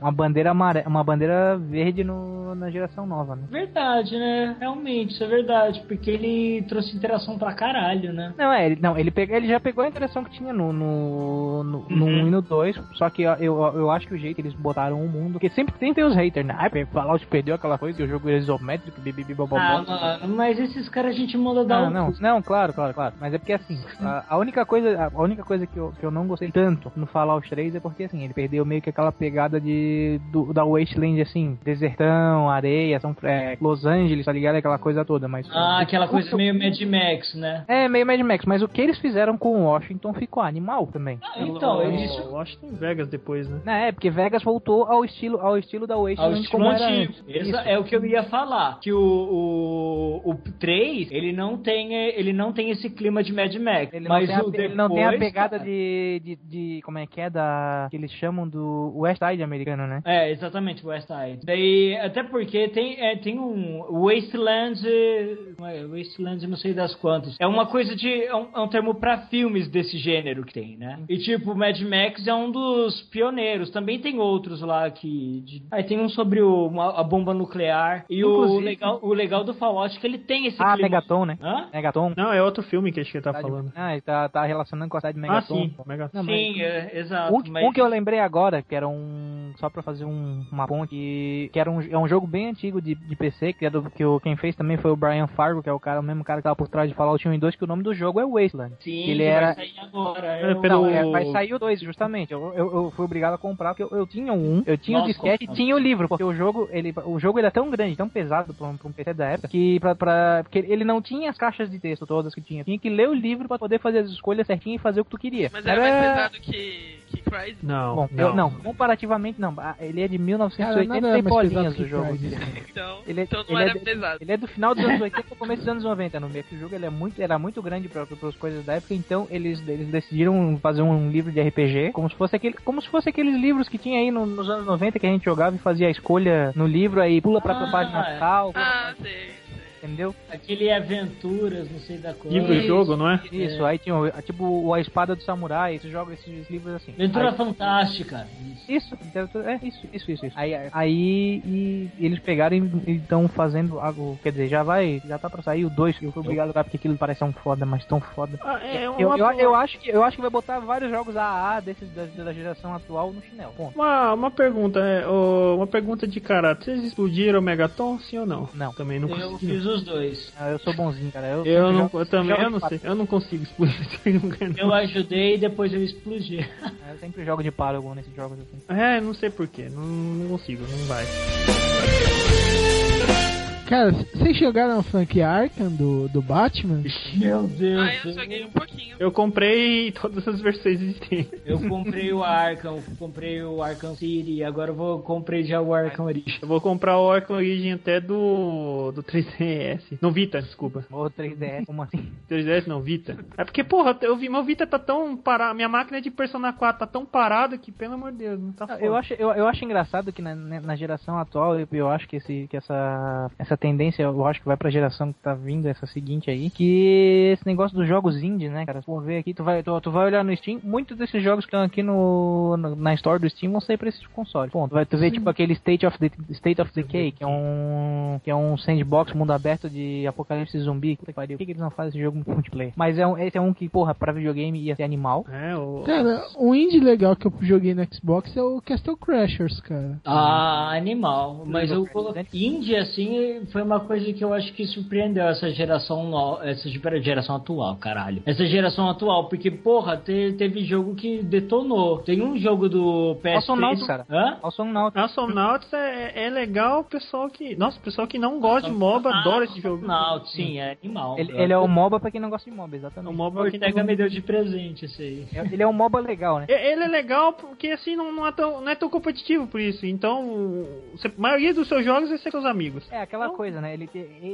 uma bandeira amarela, uma bandeira verde no, na geração nova, né? Verdade, né? Realmente, isso é verdade. Porque ele trouxe interação pra caralho, né? Não, é, ele, não, ele, pega, ele já pegou a interação que tinha no, no, no, no Uhum. 1 e no 2, só que eu, eu, eu acho que o jeito que eles botaram o mundo, porque sempre tem, tem os haters, né? Ah, Fallout perdeu aquela coisa que o jogo era isométrico, bibibi, Ah, mano, mas esses caras a gente manda dar Ah, um não, não, claro, claro, claro. Mas é porque assim, a, a única coisa, a única coisa que eu, que eu não gostei tanto no Fallout 3 é porque assim, ele perdeu meio que aquela pegada de do, da Wasteland assim, desertão, areia, são, é, Los Angeles, tá ligado? Aquela coisa toda, mas Ah, aquela coisa Puta, meio Mad Max, né? é meio Mad Max, mas o que eles fizeram com Washington ficou animal também. Ah, então, eu, isso acho que tem Vegas depois, né? Não, é, porque Vegas voltou ao estilo, ao estilo da ao Wasteland estilo como era antigo. antes. Exa- Isso. É o que eu ia falar. Que o, o, o 3, ele não tem, ele não tem esse clima de Mad Max. Ele não, mas tem a, o pe- depois, ele não tem a cara- pegada de, de, de. Como é que é? Da. Que eles chamam do West Side americano, né? É, exatamente, West Side. Daí, até porque tem, é, tem um Wasteland. eh, como é? Wasteland, não sei das quantas. É uma coisa de. É um, é um termo pra filmes desse gênero que tem, né? E tipo, Mad Max é um dos pioneiros. Também tem outros lá que. de- Aí tem um sobre o- uma- a bomba nuclear. E o Inclusive- legal, o legal do Fallout é que ele tem esse Ah, clima. Megaton, né? Hã? Megaton. Não, é outro filme que acho que ele tá Tá de- falando. Ah, ele tá, tá relacionando com a cidade de Ah, Megaton. sim, Megaton. Não, mas- Sim, é, exato. Um, que- mas- um que eu lembrei agora, que era um. Só pra fazer um, uma ponte, que, que era um, é um jogo bem antigo de, de PC, que, é do, que o, quem fez também foi o Brian Fargo, que é o cara, o mesmo cara que tava por trás de Fallout 1 e 2, que o nome do jogo é Wasteland. Sim, ele que era- vai sair agora. É, eu- pelo- Não, é, mas saiu dois, justamente. Eu, eu, eu fui obrigado a comprar, porque eu, eu tinha um, eu tinha o Nossa, disquete e como- tinha o livro, porque o jogo, ele, o jogo ele é tão grande, tão pesado pra um, pra um PC da época, que pra, pra, porque ele não tinha as caixas de texto todas que tinha. Tinha que ler o livro pra poder fazer as escolhas certinhas e fazer o que tu queria. Mas era mais pesado que, que Crysis. Não, Bom, eu- não, comparativamente não. Ah, Ele é de Cara, 1980 nada é e mais pesado bolinhas que o jogo. Crysis. Então, Ele- então não ele era é de- pesado. Ele é do final dos anos 80 e começo dos anos 90, no meio que o jogo ele é muito, era muito grande para as coisas da época, então eles, eles decidiram fazer um livro de RPG, como se fosse aquele, como se fosse aqueles livros que tinha aí no- nos anos 90 que a gente jogava e fazia a escolha no livro aí, pula para Ah, a página é. tal, Ah, sei, sei. entendeu? Aquele Aventuras, não sei da coisa. Livro e jogo, não é? Isso, aí tinha o- tipo o a espada do samurai, esses jogos, esses livros assim. Aventura Aí- Fantástica. Isso. Isso, literatura- é isso, isso, isso. isso. Aí, aí- aí e eles pegaram e estão fazendo algo, quer dizer, já vai, já tá pra sair o 2, eu fui obrigado a jogar porque aquilo parece tão foda, mas tão foda. é uma, Eu, eu, eu acho que, eu acho que vai botar vários jogos AA desses da, da geração atual no chinelo. Ponto. uma, uma pergunta, é, ô, uma pergunta de caráter. Vocês explodiram o Megaton, sim ou não? Não. Também não Eu consegui. fiz os dois. Ah, Eu sou bonzinho, cara. Eu, Eu, não, jogo- eu também, jogo eu não de paro. sei. Eu não consigo explodir esse lugar, não. Eu ajudei e depois eu explodi. Eu sempre jogo de Paragon nesses jogos assim. É, não sei porquê. Não, não consigo, não vai. Cara, c- vocês chegaram ao Frank Arkham do, do Batman? Meu Hum. Deus. Ah, eu joguei um pouquinho. Eu comprei todas as versões existentes. Eu comprei o Arkham, comprei o Arkham City, agora eu vou comprei já o Arkham Origins. Eu vou comprar o Arkham Origin até do, do 3DS. Não, Vita, desculpa. Ou 3DS, como assim? 3DS não, Vita. É porque, porra, eu vi, meu Vita tá tão parado, minha máquina de Persona 4 tá tão parada que, pelo amor de Deus, não tá Não, foda. Ah, Eu acho, eu, eu acho engraçado que na, na na geração atual, eu, eu acho que, esse, que essa, essa tendência, eu acho que vai pra geração que tá vindo, essa seguinte aí, que esse negócio dos jogos indie, né, cara? Por ver aqui, tu vai, tu, tu vai olhar no Steam, muitos desses jogos que estão aqui no, no- na store do Steam vão sair pra esses consoles. Ponto. Vai, tu vê, tipo, aquele State of, the, State of Decay, que é um que é um sandbox, mundo aberto de apocalipse zumbi. Puta que pariu. Por que, que eles não fazem esse jogo multiplayer? Mas é um, esse é um que, porra, pra videogame ia ser animal. É, o... Cara, um indie legal que eu joguei no Xbox é o Castle Crashers, cara. Ah, animal. Mas eu Lembra, coloquei. né? Indie, assim, foi uma coisa que eu acho que surpreendeu essa geração no... essa gera- geração atual, caralho. Essa geração atual, porque, porra, te- teve jogo que detonou. Tem um jogo do PS3. Nossa, não, cara. Hã? Also, não, A Somnauts é, é legal, o pessoal que. Nossa, o pessoal que não gosta de MOBA adora esse jogo. Não, sim, é animal. Ele, ele é o MOBA pra quem não gosta de MOBA, É O exatamente. MOBA que Ortega me deu de presente esse aí. É- Ele é um MOBA legal, né? É- Ele é legal porque assim não, não é tão, não é tão competitivo por isso. Então, o- você- a maioria dos seus jogos é ser com os amigos. É aquela coisa, né? Ele,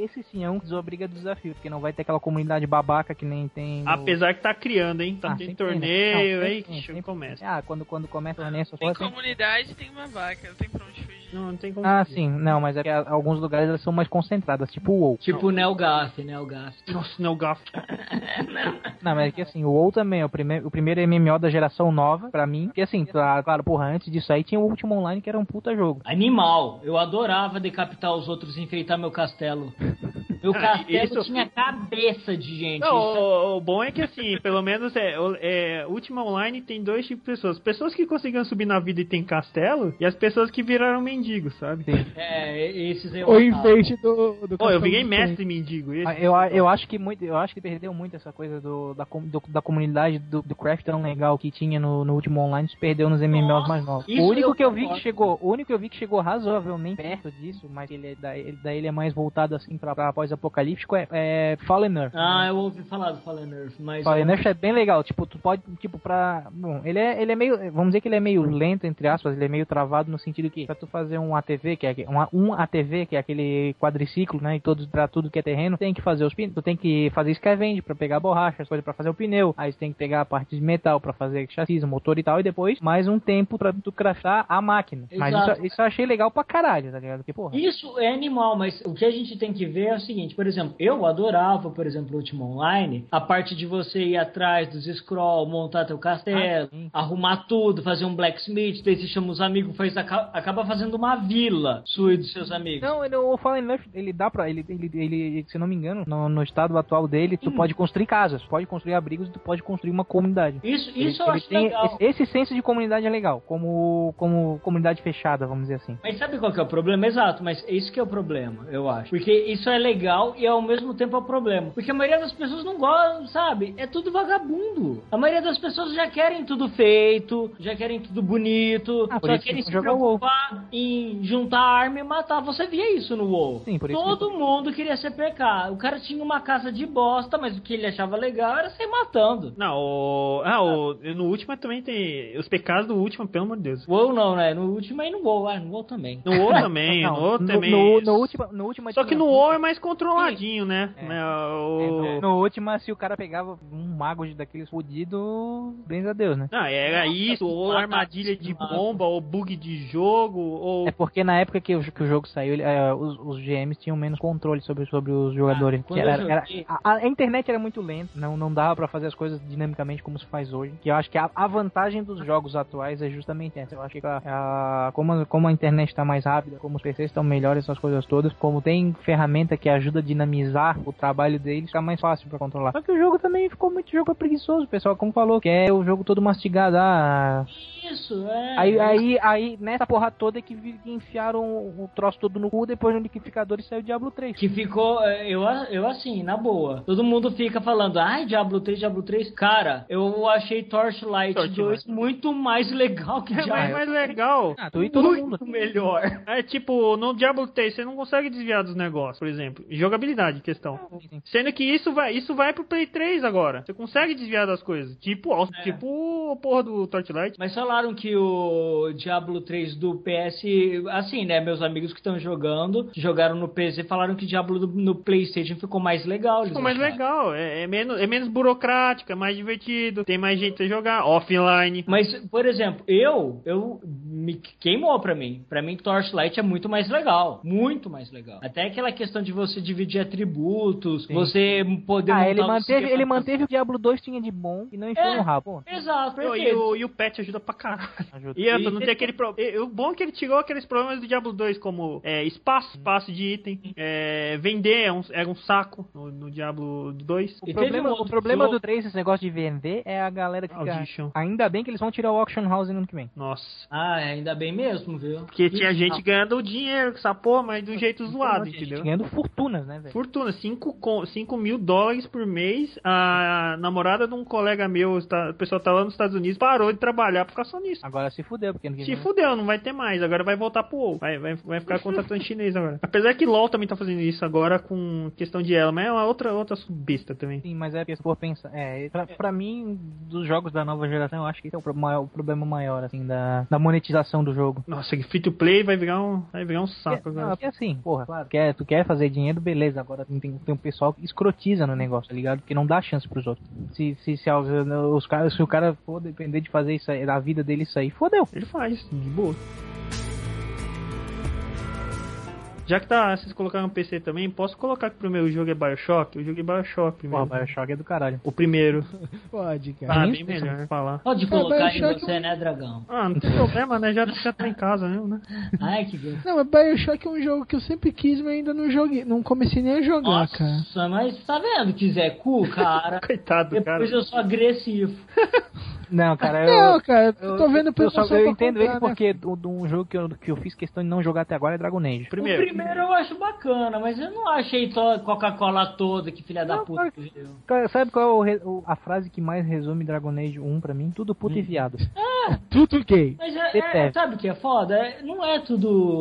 esse sim é um que desobriga do desafio, porque não vai ter aquela comunidade babaca que nem tem. no- Apesar que tá criando, hein? Tá Ah, tendo sempre tem, né? torneio, Não, aí sempre tem, que sempre começa. Ah, quando, quando começa o torneio, só Tem tem... comunidade, tem uma vaca, não tem pra onde fugir. Não, não tem como. Ah, dizer. sim, não, mas é que a- alguns lugares elas são mais concentradas, tipo o WoW. Tipo o NeoGaf, NeoGaf. Nossa, não, gafo. Não, mas é que assim, o WoW também é o, prime o primeiro MMO da geração nova, pra mim. Porque assim, tá- claro, porra, antes disso aí tinha o último online que era um puta jogo. Animal. Eu adorava decapitar os outros e enfeitar meu castelo. Meu Ah, castelo isso- tinha cabeça de gente. Não, Isso- o, o bom é que assim, pelo menos é, o- é, Ultima Online tem dois tipos de pessoas. Pessoas que conseguiram subir na vida e tem castelo, e as pessoas que viraram mendigo, sabe? É, e- esses eu O matava. enfeite do. do Pô, eu castelo virei dos mestre mendigo. Esse. Ah, Eu, então. a- eu acho que muito, eu acho que perdeu muito essa coisa do, da, com- do- da comunidade do, do craft tão legal que tinha no, no último online, se perdeu nos MMOs mais novos. isso O único eu que eu vi que concordo. chegou, o único que eu vi que chegou razoavelmente perto disso, mas ele é da, ele, daí ele é mais voltado assim pra, pra pós-apocalíptico é, é Fallen Earth. Ah, eu ouvi falar do Fallen Earth, mas... Fallen Earth é bem legal, tipo, tu pode, tipo, pra... Bom, ele é, ele é meio, vamos dizer que ele é meio lento, entre aspas, ele é meio travado no sentido que pra tu fazer um ATV, que é aque- um, A- um ATV, que é aquele quadriciclo, né, e todos, pra tudo que é terreno, tem que fazer os pneus, tu tem que fazer scavenge pra pegar borracha, as coisas pra fazer o pneu, aí tu tem que pegar a parte de metal pra fazer chassis, o motor e tal, e depois mais um tempo pra tu craftar a máquina. Mas Exato. isso, isso eu achei legal pra caralho, tá ligado? Porque, porra... Isso é animal, mas o que a gente tem que ver é o seguinte, por exemplo, eu adorava, por exemplo, o Ultima Online, a parte de você ir atrás dos scroll, montar teu castelo, Ah, sim. arrumar tudo, fazer um blacksmith, daí você chama os amigos, faz, aca- acaba fazendo uma vila sua e dos seus amigos. Não, ele, o Fallen Earth, ele dá pra. Ele, ele, ele, se eu não me engano, no, no estado atual dele, tu pode construir casas, pode construir abrigos e tu pode construir uma comunidade. Isso, Ele- isso eu ele acho tem- legal. Esse, esse senso de comunidade é legal, como, como comunidade fechada, vamos dizer assim. Mas sabe qual que é o problema? Exato, mas é isso que é o problema, eu acho. Porque isso é legal e ao mesmo tempo é o problema. Porque a maioria das pessoas não gosta, sabe? É tudo vagabundo. A maioria das pessoas já querem tudo feito, já querem tudo bonito, Ah, por só isso querem que se joga WoW. preocupar em juntar arma e matar. Você via isso no WoW. Sim, por isso Todo mundo queria ser PK. O cara tinha uma casa de bosta, mas o que ele achava legal era sair matando. Não, o. Ah, o. No último também tem. Os pecados do último, pelo amor de Deus. WoW não, né? No último aí no WoW, ah, no WoW também. No outro também, Não, no outro no, também. no, no último, no último Só que no outro O é mais controladinho, né? É. Né, o- No último, se o cara pegava um mago de- daqueles fudido, bem a Deus, né? Não, era isso, ou Nossa, armadilha de nossa. bomba, ou bug de jogo, ou. É porque na época que o, que o jogo saiu, ele, eh, os, os GMs tinham menos controle sobre, sobre os jogadores. Ah, quando Que era- eu era- joguei- a, a internet era muito lenta, não, não dava pra fazer as coisas dinamicamente como se faz hoje. Que eu acho que a, a vantagem dos jogos atuais é justamente essa. Eu acho que a, a- como, a- como a internet tá mais rápida, como os PCs estão melhores, essas coisas todas, como tem ferramenta que ajuda a dinamizar o trabalho deles, fica mais fácil pra controlar. Só que o jogo também ficou muito jogo preguiçoso, pessoal, como falou, que é o jogo todo mastigado. Ah, Isso, é. Aí, aí, aí, nessa porra toda é que vi- que enfiaram o troço todo no cu, depois no liquidificador e saiu o Diablo 3. Que ficou, eh, eu, a- eu assim, na boa. Todo mundo fica falando, ai, Diablo 3, Diablo 3. Cara, eu achei Torchlight, Torchlight. 2 muito mais legal que É mais, Diablo. mais legal. Ah, tu e todo mundo. Muito melhor. É tipo, no Diablo 3 você não consegue desviar dos negócios, por exemplo. Jogabilidade, questão. Sendo que isso vai, isso vai pro Play 3 agora. Você consegue desviar das coisas. Tipo, ó, É. tipo o porra do Torchlight. Mas falaram que o Diablo 3 do PS, assim, né? Meus amigos que estão jogando, que jogaram no PC, falaram que Diablo do- no PlayStation ficou mais legal. eles Ficou mais acharam. legal, é, é menos, é menos burocrático, é mais divertido, tem mais gente pra jogar, offline. Mas, por exemplo, eu, eu me queimou pra mim. Pra mim, Torchlight é muito mais legal. Muito mais legal. Até aquela questão de você dividir atributos, Sim. você poder um Ah, montar ele o manteve, esquema ele né? pra- manteve o Diablo 2 tinha de bom e não enfiou É. no rabo. Pô, Exato, Meu, E perfeito. o, e o patch ajuda pra caralho. ajuda. E Anton, E- não tem aquele pro... e- O bom é que ele tirou aqueles problemas do Diablo 2, como é, espaço, espaço de item, é, vender é um- era um saco no, no Diablo 2. E O problema, teve um o outro problema jogo- do 3, esse negócio de vender, é a galera Ah, que fica... Audition. Ainda bem que eles vão tirar o Auction House no ano que vem. Nossa. Ah, ainda bem mesmo, viu? Porque tinha gente ganhando o dinheiro com essa porra, mas do jeito zoado, Gente, entendeu? Ganhando fortunas, né, velho? Fortuna, 5 mil dólares por mês. A namorada de um colega meu, está- o pessoal tá lá nos Estados Unidos, parou de trabalhar por causa nisso. Agora se fudeu, porque... ano que Se vem- fudeu, não vai ter mais. Agora vai voltar pro WoW. Vai, vai, vai ficar contratando chinês agora. Apesar que LoL também tá fazendo isso agora com questão de ela, mas é uma outra, outra subista também. Sim, mas é porque se for pensar. É, pra, pra mim, dos jogos da nova geração, eu acho que esse é o, pro- maior- o problema maior, assim, da, da monetização do jogo. Nossa, que free to play vai virar um, vai virar um saco É, não, agora. é assim, porra, claro, quer, tu quer fazer dinheiro, beleza, agora tem, tem, tem um pessoal que escrotiza no negócio, tá ligado? Que não dá chance pros outros. Se, se, se, aos- os caras, se o cara for depender de fazer isso aí, da vida dele isso aí, fodeu. Ele faz, de boa. Já que tá, vocês colocaram no PC também, posso colocar que o primeiro jogo é Bioshock? Eu joguei Bioshock Pô, primeiro. Bioshock é do caralho. O primeiro. Pode, cara. Ah, isso? bem melhor falar. Pode Ah, colocar em Bioshock- você, né, dragão? Ah, não tem problema, né? Já, já tá em casa mesmo, né? Ai, que Deus. Não, mas Bioshock é um jogo que eu sempre quis, mas ainda não joguei. Não comecei nem a jogar, cara. Nossa, mas tá vendo que Zé Cu, cara? Coitado do cara. Depois eu sou agressivo. Não, cara, É, eu. Não, cara, eu eu- tô vendo eu, pelo só, eu entendo ele porque do- de um jogo que eu, que eu fiz questão de não jogar até agora é Dragon Age. Primeiro. O primeiro eu acho bacana, mas eu não achei to- Coca-Cola toda, que filha da Não, puta. claro que deu. Cara, sabe qual é o re- o- a frase que mais resume Dragon Age 1 pra mim? Tudo puto e viado. Tudo gay. Mas é, é- Deteste. sabe o que é foda? É- não é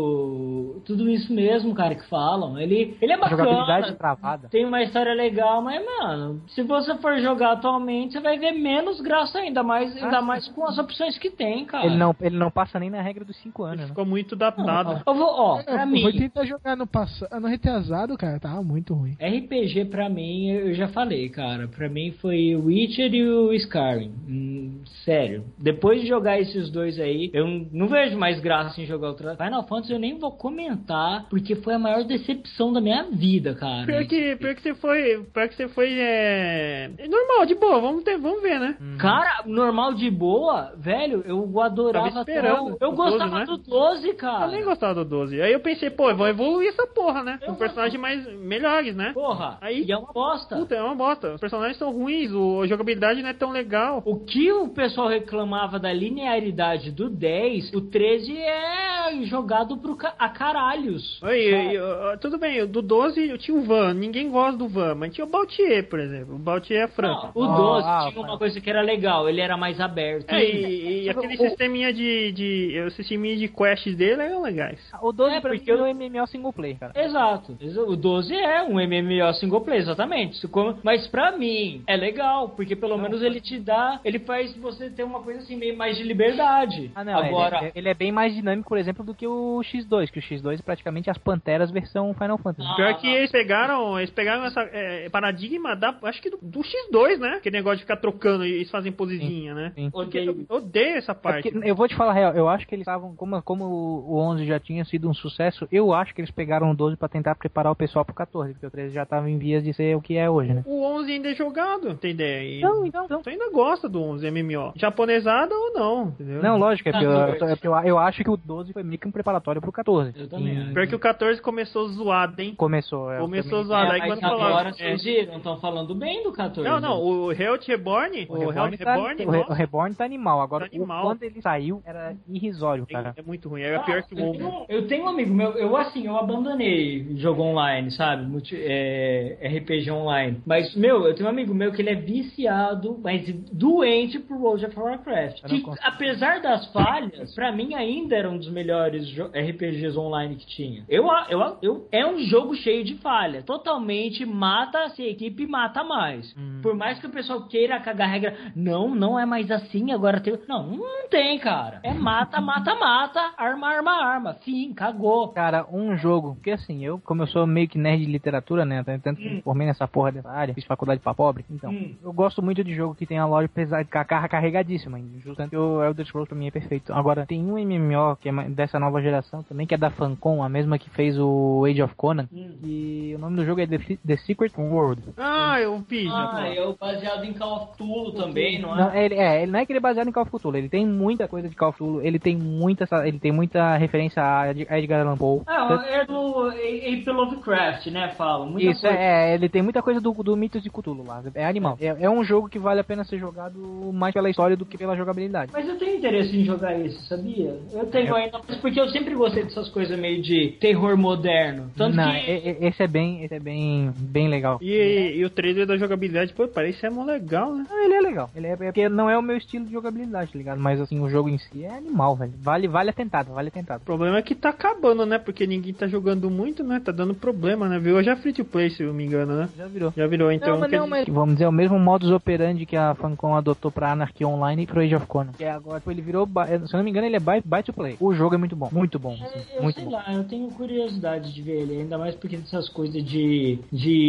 tudo tudo isso mesmo, cara, que falam. Ele, ele é Jogabilidade bacana, travada. tem uma história legal, mas, mano, se você for jogar atualmente, você vai ver menos graça ainda, mais, ainda mais com as opções que tem, cara. Ah, Ele não, ele não passa nem na regra dos 5 Ele anos. Né? ficou muito datado. Eu vou, ó, É, pra eu mim, vou tentar jogar no passado, ano retrasado, cara, tava muito ruim. RPG pra mim, eu já falei, cara. Pra mim foi o Witcher e o Skyrim. Hum, sério. Depois de jogar esses dois aí, eu não vejo mais graça em jogar outra. Final Fantasy eu nem vou comentar, porque foi a maior decepção da minha vida, cara. Pior que, pior que você foi. Pior que você foi. É... é normal, de boa, vamos, ter, vamos ver, né? Hum. Cara, normal de boa, velho, eu adorava Tava esperando até o- Eu o 12, gostava né? do 12, cara. Eu nem gostava do 12. Aí eu pensei, pô, eu vou evoluir essa porra, É né? Com personagens mais melhores, né? Porra, Aí- e é uma bosta. Puta, é uma bosta. Os personagens são ruins, o, a jogabilidade não é tão legal. O que o pessoal reclamava da linearidade do 10, o 13 é jogado pro ca- a caralhos. Oi, eu- eu- tudo bem, do 12 eu tinha o Van, ninguém gosta do Van, mas tinha o Baltier, por exemplo. O Baltier é Não, franco. o Ah, 12 ah, tinha uma pai. coisa que era legal, ele era mais aberto. É, e, e aquele sisteminha de, de. O sisteminha de quests dele eram legais. O 12 É, pra mim porque é eu- um MMO single player, cara. Exato. O 12 é um MMO single player, exatamente. Isso como- Mas pra mim é legal, porque pelo menos ele te dá, ele faz você ter uma coisa assim meio mais de liberdade. Ah, não, Agora, ele, é- ele é bem mais dinâmico, por exemplo, do que o X2, que o X2 é praticamente as panteras versão Final Fantasy. É Ah. Pior que eles pegaram, eles pegaram essa é, paradigma da, acho que do, do X2, né? Aquele negócio de ficar trocando e eles fazem posezinha, né? Sim. Porque odeio. eu odeio essa É parte. porque, eu vou te falar a real, eu acho que eles estavam, como, como o 11 já tinha sido um sucesso, eu acho que eles pegaram o 12 pra tentar preparar o pessoal pro 14, porque o 13 já tava em vias de ser o que é hoje, né? O 11 ainda é jogado, tem ideia? E Então, então, então. tu ainda gosta do 11 MMO. Japonesada ou não, entendeu? Não, lógico, é Tá, porque eu, tudo eu- bem. eu- eu acho que o 12 foi meio que um preparatório pro 14. Eu também E Pior que o 14 começou zoado, hein? Começou, é, Começou também. É, zoado. Aí mas quando agora falaram... é, vocês viram, estão falando bem do 14. Não, não, o Health Reborn, o, O Reborn, Health tá, Reborn, o Re- nossa, o Reborn tá animal. Agora, Tá animal. O, quando ele saiu, era irrisório, cara. é muito ruim, era Ah, pior que o eu 11. tenho, eu tenho um amigo meu, eu assim, eu abandonei jogo online, sabe? Multi- é, RPG online. Mas, meu, eu tenho um amigo meu que ele é viciado, mas doente pro World of Warcraft. Eu não Que, consigo. apesar das falhas, pra mim ainda era um dos melhores jo- RPGs online que tinha. Eu, a- eu, a- eu, é um jogo cheio de falha. Totalmente mata se a equipe mata mais. Hum. Por mais que o pessoal queira cagar a regra, não, não é mais assim, agora tem. Não, não tem, cara. É mata, mata, mata, arma, arma, arma. Fim, cagou. Cara, um jogo, porque assim, eu, como eu sou meio que nerd de literatura, né? Tanto tanto que me formei nessa porra dessa área, fiz faculdade pra pobre, então. Hum. Eu gosto muito de jogo que tem a loja pesada, com a carra carregadíssima. Justamente o Elder Scrolls pra mim é perfeito. Agora, tem um MMO que é ma- dessa nova geração também, que é da Fancom, a mesma que fez o Age of Conan. hum. E o nome do jogo é The, Fi- The Secret World. Ah, eu vi, já Ah, falou. eu baseado em Call of Cthulhu também, não é? Não, ele, é, ele não é que ele é baseado em Call of Cthulhu, ele tem muita coisa de Call of Cthulhu, ele tem muita, essa- ele tem muita referência a Ed- a Edgar Allan Poe. Tanto- Ah, é do é- é pelo Lovecraft, né? Falo. Muita Isso, coisa. é, ele tem muita coisa do, do mito de Cthulhu lá, é animal. É, é um jogo que vale a pena ser jogado mais pela história do que pela jogabilidade. Mas eu tenho interesse em jogar isso, sabia? Eu tenho É. ainda, mas porque eu sempre gostei dessas coisas meio de terror moderno. Tanto não, que. e- e- esse é bem, esse é bem, bem legal. E, e o trailer da jogabilidade, pô, parece ser mó legal, né? Ah, ele é legal. Ele é, é porque não é o meu estilo de jogabilidade, tá ligado? Mas assim, o jogo em si é animal, velho. Vale, vale a tentada, vale a tentada. O problema é que tá acabando, né? Porque ninguém tá jogando muito, né? Tá dando problema, né? Viu? Já é free to play, se eu me engano, né? Já virou. Já virou, então. não, mas quer não, dizer- mas... Vamos dizer, é o mesmo modus operandi que a Fancom adotou pra Anarchy Online e pro Age of Conan. Que agora, tipo, ele virou, ba- se eu não me engano, ele é buy, buy to play. O jogo é muito bom, muito bom. assim, É, Eu muito sei bom. lá, eu tenho curiosidade de ver ele, ainda mais porque dessas coisas de.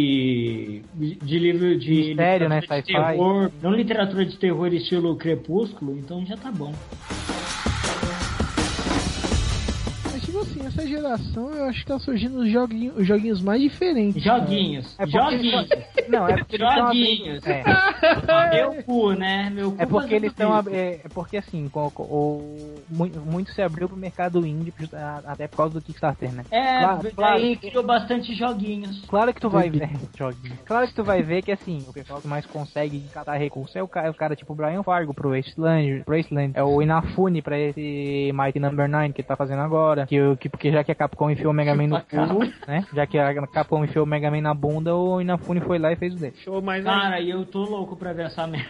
de. de livro de. Mistério, né, literatura de sci-fi. terror, Não literatura de terror estilo crepúsculo, então já tá bom. Mas tipo assim, nessa geração eu acho que tá surgindo os joguinhos, os joguinhos mais diferentes. Joguinhos. É porque- joguinhos. Não, é porque eles estão Joguinhos. abrindo. É, Meu cu, né? Meu cu é porque fazendo eles estão. isso. ab- É, é porque assim, co- co- o, muito, muito se abriu pro mercado indie, ju- a- até por causa do Kickstarter, né? É, Claro, daí claro. criou bastante joguinhos. Claro que tu vai ver. Claro que tu vai ver que assim, o pessoal que mais consegue catar recurso é o cara, o cara tipo o Brian Fargo pro Wasteland, pro Wasteland, é o Inafune pra esse Mighty Number 9 que ele tá fazendo agora, que, o- que porque já que a Capcom enfiou o Mega Man no cu, né? Já que a Capcom enfiou o Mega Man na bunda, o Inafune foi lá e fez o dele. Show mais Cara, e eu tô louco pra ver essa merda.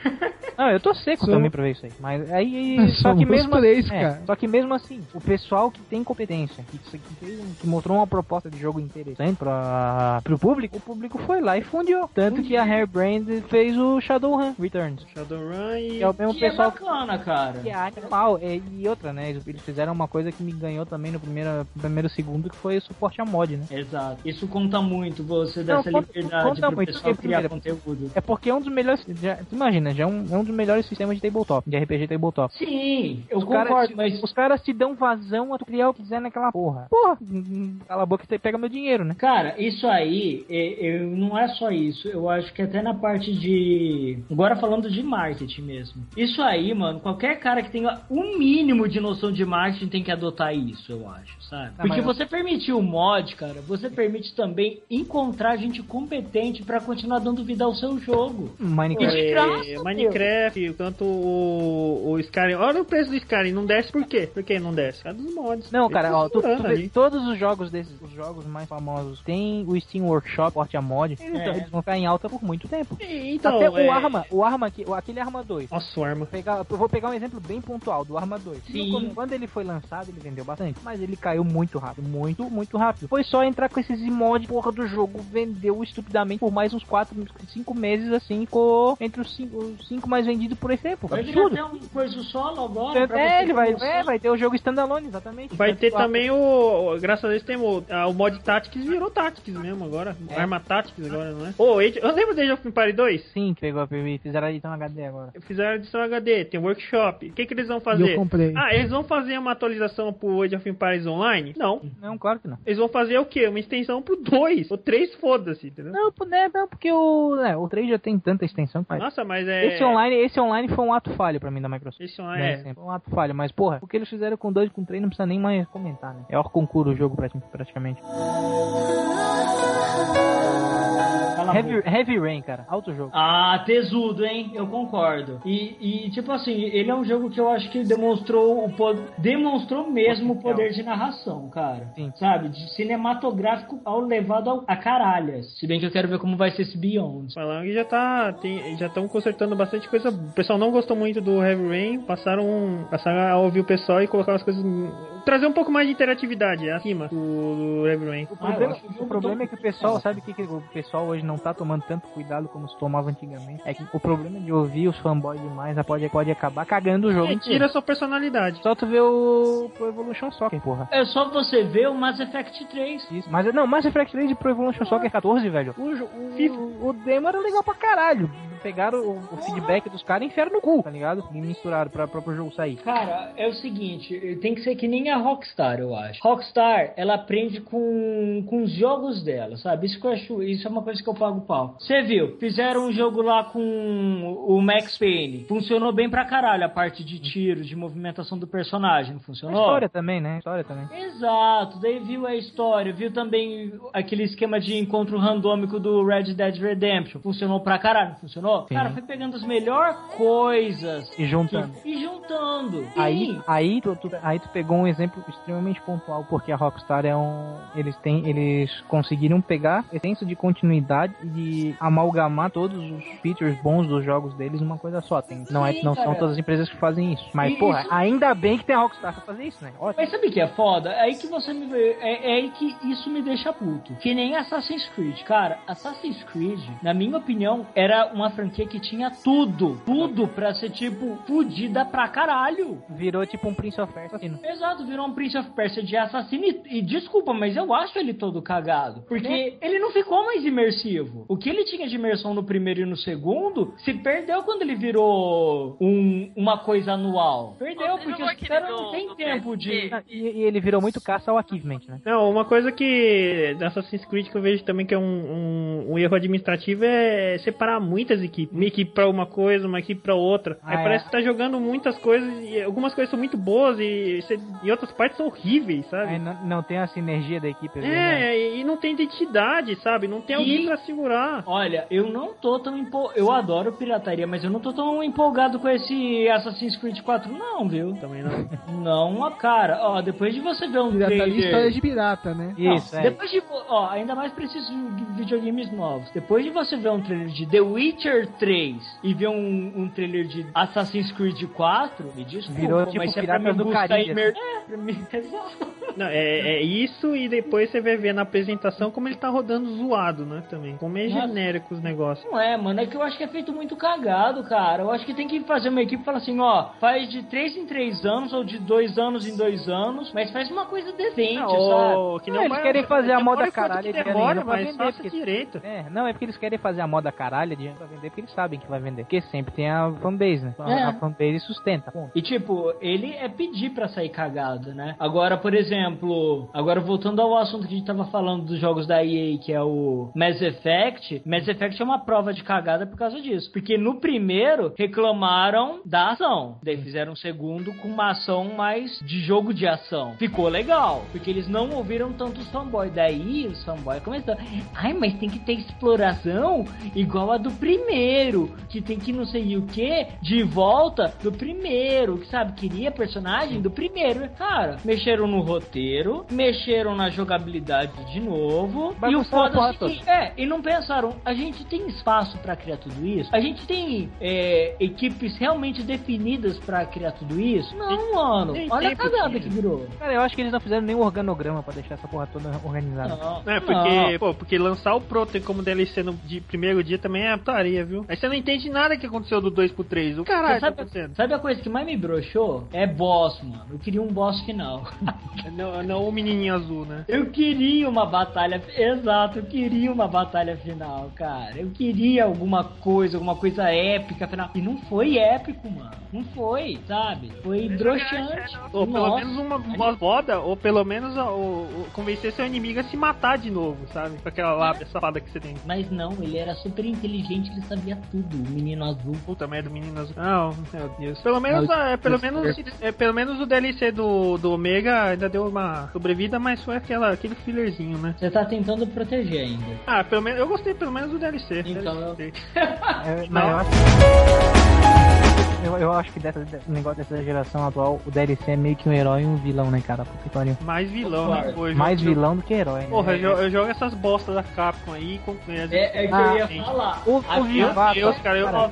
Não, eu tô seco Sou- também pra ver isso aí. Mas aí. Ah, Só que somos mesmo três, é, cara. Só que mesmo assim, o pessoal que tem competência, que, que, fez um- que mostrou uma proposta de jogo interessante pra, pro público, o público foi lá e fundiu. Tanto que a Hairbrand fez o Shadowrun Returns. Shadowrun e. Que é o mesmo que é pessoal bacana, cara. que é animal. É, e outra, né? Eles fizeram uma coisa que me ganhou também no primeiro, primeiro segundo, que foi o suporte a mod, né? Exato. Isso conta muito, você dá Não, essa conta- liberdade conta pro muito, pessoal porque, criar primeiro, conteúdo. É porque é um dos melhores. Já, tu imagina, já é um, é um dos melhores sistemas de tabletop, de RPG tabletop. Sim, eu Os caras concordo, te- mas... Os caras te dão vazão a tu criar o que quiser naquela porra. Porra, hum, cala a boca e te pega meu dinheiro, né? Cara, isso aí é- eu, não é só isso. Eu acho que até na parte de. Agora falando de marketing mesmo. Isso aí, mano, qualquer cara que tenha um mínimo de noção de marketing tem que adotar isso, eu acho, sabe? Ah, Porque mas- você permitir o mod, cara, você permite também encontrar gente competente pra continuar dando vida ao seu jogo. Minecraft. de graça, É, Minecraft, tanto o, o Skyrim. Olha o preço do Skyrim, não desce por quê? Por que não desce? É dos mods. Não, cara, Eles ó, tu, estão tu furando vê ali. todos os jogos desses, os jogos mais famosos, tem o Steam Workshop, porte a mod, eles, É. eles vão ficar em alta por muito tempo. E- Então, Até é- o Arma, o Arma, aqui- o- aquele Arma 2. Nossa, o Arma. Pegar- eu vou pegar um exemplo bem pontual do Arma 2. Sim. No come- Quando ele foi lançado, ele vendeu bastante, mas ele caiu muito rápido, muito, muito rápido. Foi só entrar com esses mod porra do jogo, vendeu estupidamente por mais uns 4, 5 meses assim, ficou entre os 5 mais vendidos por esse tempo. Vai virar Absurdo. até um curso solo agora. Tanto- pra É, você ele vai, começar. é, vai ter o jogo standalone, exatamente. Vai Tanto ter que o também o. o- Graças a Deus tem o, a- o mod Tactics virou Tactics mesmo agora. É. Arma Tactics agora, não é? Ô, Age- eu lembro do Age of Empire 2? Sim, que pegou a PV, fizeram a edição HD agora. Fizeram a edição HD, tem um workshop. O que, que eles vão E eu fazer? comprei. Ah, eles vão fazer uma atualização pro Age of Empires Online? Não. Não, claro que não. Eles vão fazer o quê? Uma extensão pro 2. Ou 3, foda-se, entendeu? Não, pô, né, não porque o, né, o 3 já tem tanta extensão que Ah, faz. Nossa, mas é. Esse online, esse online foi um ato falho pra mim da Microsoft. Esse né, online é. sempre. Um ato falho, mas porra, o que eles fizeram com dois com três não precisa nem mais comentar, né? É Orconcuro o jogo prati- praticamente. Cala a boca. Heavy, Heavy Rain, cara, alto jogo. Ah, tesudo, hein? Eu concordo. E, e, tipo assim, ele é um jogo que eu acho que demonstrou o po- demonstrou mesmo o poder de narração, cara. Sim. Sabe? De cinematográfico ao levado ao, a caralhas. Se bem que eu quero ver como vai ser esse Beyond. Falando que já tá. tem- já estão consertando bastante coisa. O pessoal não gostou muito do Heavy Rain. Passaram, um, passaram a ouvir o pessoal e colocar as coisas. Trazer um pouco mais de interatividade acima do, do Heavy Rain. O problema, Ah, eu acho- o problema é Ah, que o pessoal, sabe o que, que o pessoal hoje não tá tomando tanto cuidado como se tomava antigamente? É que o problema de ouvir os fanboys demais é pode, pode acabar cagando o jogo É, inteiro. tira a sua personalidade. Só tu vê o Pro Evolution Soccer, porra. É só você ver o Mass Effect 3. Isso. Mas não, Mass Effect 3 de Pro Evolution Soccer 14, velho. O, jo- o, FIFA. o demo era legal pra caralho. Pegaram o, o feedback dos caras e enfiaram no cu, tá ligado? E misturaram pra, pra, pro jogo sair. Cara, é o seguinte, tem que ser que nem a Rockstar, eu acho. Rockstar, ela aprende com, com os jogos dela, sabe? Isso que eu acho, isso é uma coisa que eu pago pau. Você viu, fizeram um jogo lá com o Max Payne. Funcionou bem pra caralho a parte de tiro, de movimentação do personagem, não A funcionou? história também, né? A história também. Exato, daí viu a história, viu também aquele esquema de encontro randômico do Red Dead Redemption. Funcionou pra caralho, não funcionou? Sim. Cara, foi pegando as melhores coisas E juntando. que- e juntando. Aí, Sim. aí, tu, tu- aí tu pegou um exemplo extremamente pontual, porque a Rockstar é um. Eles têm. Eles conseguiram pegar esse senso de continuidade e de amalgamar todos os features bons dos jogos deles numa coisa só. Tem, não, é, Sim, não são cara. todas as empresas que fazem isso. Mas, E porra, isso- ainda bem que tem a Rockstar pra fazer isso, né? Ótimo. Mas sabe o que é foda? É aí que você me vê. É, é aí que isso me deixa puto. Que nem Assassin's Creed. Cara, Assassin's Creed, na minha opinião, era uma franquia que tinha tudo. Tudo pra ser, tipo, fudida pra caralho. Virou tipo um Prince of Persia assim, Exato, virou um Prince of Persia de assassino. E, e desculpa, mas eu acho ele todo cagado. Porque Né? ele não ficou mais imersivo. O que ele tinha de imersão no primeiro e no segundo se perdeu quando ele virou um- uma coisa anual. Perdeu, Você porque jogou os aquele caras do- não têm do tempo de. PSP? Ah, E, e ele virou muito caça ao achievement, né? Não, uma coisa que da Assassin's Creed que eu vejo também que é um, um- um erro administrativo é separar muitas equipes. Uma equipe pra uma coisa, uma equipe pra outra. Ah, Aí é. parece que tá jogando muitas coisas e algumas coisas são muito boas e, cê- e outras partes são horríveis, Aí sabe? não, não tem a sinergia da equipe. às vezes, né? É, e não tem identidade, sabe? Não tem alguém E- pra segurar. Olha, eu não tô tão empolgado. Eu adoro pirataria, mas eu não tô tão empolgado com esse Assassin's Creed 4, não, viu? Também não. Não, a cara. Ó, depois de você ver um Pirata ali, história trailer. tá de pirata, né? Não, é Isso, é. Depois de, ó, ainda mais preciso de videogames novos. Depois de você ver um trailer de The Witcher 3 e ver um, um trailer de Assassin's Creed 4, me desculpa, Virou, mas tipo, se é pra Piratas me do buscar Caribe, imer- É, pra mim, exato. Não, é, é isso e depois você vai ver na apresentação como ele tá rodando zoado, né? Também. Como é Nossa. genérico os negócios. Não é, mano, é que eu acho que é feito muito cagado, cara. Eu acho que tem que fazer uma equipe e falar assim, ó, faz de 3 em 3 anos ou de 2 anos em 2 anos, mas faz uma coisa decente, sabe? Não, que Ah, nem eles o- querem fazer a demora moda quanto que caralho, eles querem demora, não pra mas vender, faça porque- direito. É, não, é porque eles querem fazer a moda caralho de pra vender, porque eles sabem que vai vender. Porque sempre tem a fanbase, né? A, É. a fanbase sustenta. ponto. E tipo, ele é pedir pra sair cagado, né? Agora, por exemplo, agora voltando ao assunto que a gente tava falando dos jogos da EA, que é o Mass Effect, Mass Effect é uma prova de cagada por causa disso. Porque no primeiro reclamaram da ação. Daí fizeram o segundo com uma ação mais de jogo de ação. Ficou legal, porque eles não ouviram tanto os fanboy. Daí os fanboy começaram, ai, mas tem que ter exploração igual a do primeiro, que tem que não sei o que, de volta do primeiro, que sabe, queria personagem do primeiro. Cara, mexeram no roteiro, mexeram na jogabilidade de novo, e o Bagunçaram a porra foda que, é, e não pensaram, a gente tem espaço pra criar tudo isso? A gente tem é, equipes realmente definidas pra criar tudo isso? Não, mano, nem olha a tempo cagada tinha. que virou. Cara, eu acho que eles não fizeram nenhum organograma pra deixar essa porra toda organizada. Não, É, porque, pô, porque lançar o Proton como DLC no de primeiro dia também é putaria, viu? Aí você não entende nada que aconteceu do 2 pro 3. O caralho Você tá Sabe, acontecendo. sabe a coisa que mais me broxou? É boss, mano. Eu queria um boss final. Não, não o menininho azul, né? Eu queria uma batalha. Exato, eu queria uma batalha final, cara. Eu queria alguma coisa, alguma coisa épica final. E não foi épico, mano. Não foi, sabe? Foi broxante. Ou é pelo Nossa. menos um- uma, uma moda, ou pelo menos ó, o- o- convencer seu inimigo a se matar de novo, sabe? Com aquela lábia safada que você tem. Mas não, ele era super inteligente, ele sabia tudo. O menino azul. Puta merda, menino azul. Não, meu Deus. Pelo menos, é, pelo menos, é, pelo menos o DLC do, do Omega ainda deu uma sobrevida, mas foi aquela, aquele fillerzinho, né? Você tá tentando proteger ainda. Ah, pelo menos eu gostei pelo menos do DLC. Então, eu- DLC. É, Não. mas eu acho. Eu, eu acho que dessa, de- o negócio dessa geração atual, o DLC é meio que um herói e um vilão, né, cara? Puta que pariu. Mais vilão, né? Claro. Pô, eu Mais jogo- vilão do que herói, né? Porra, eu, jo- eu jogo essas bostas da Capcom aí com É, é que Ah, eu ia gente. falar. O- o Aqui- Meu Novato, Deus, né, cara, eu cara.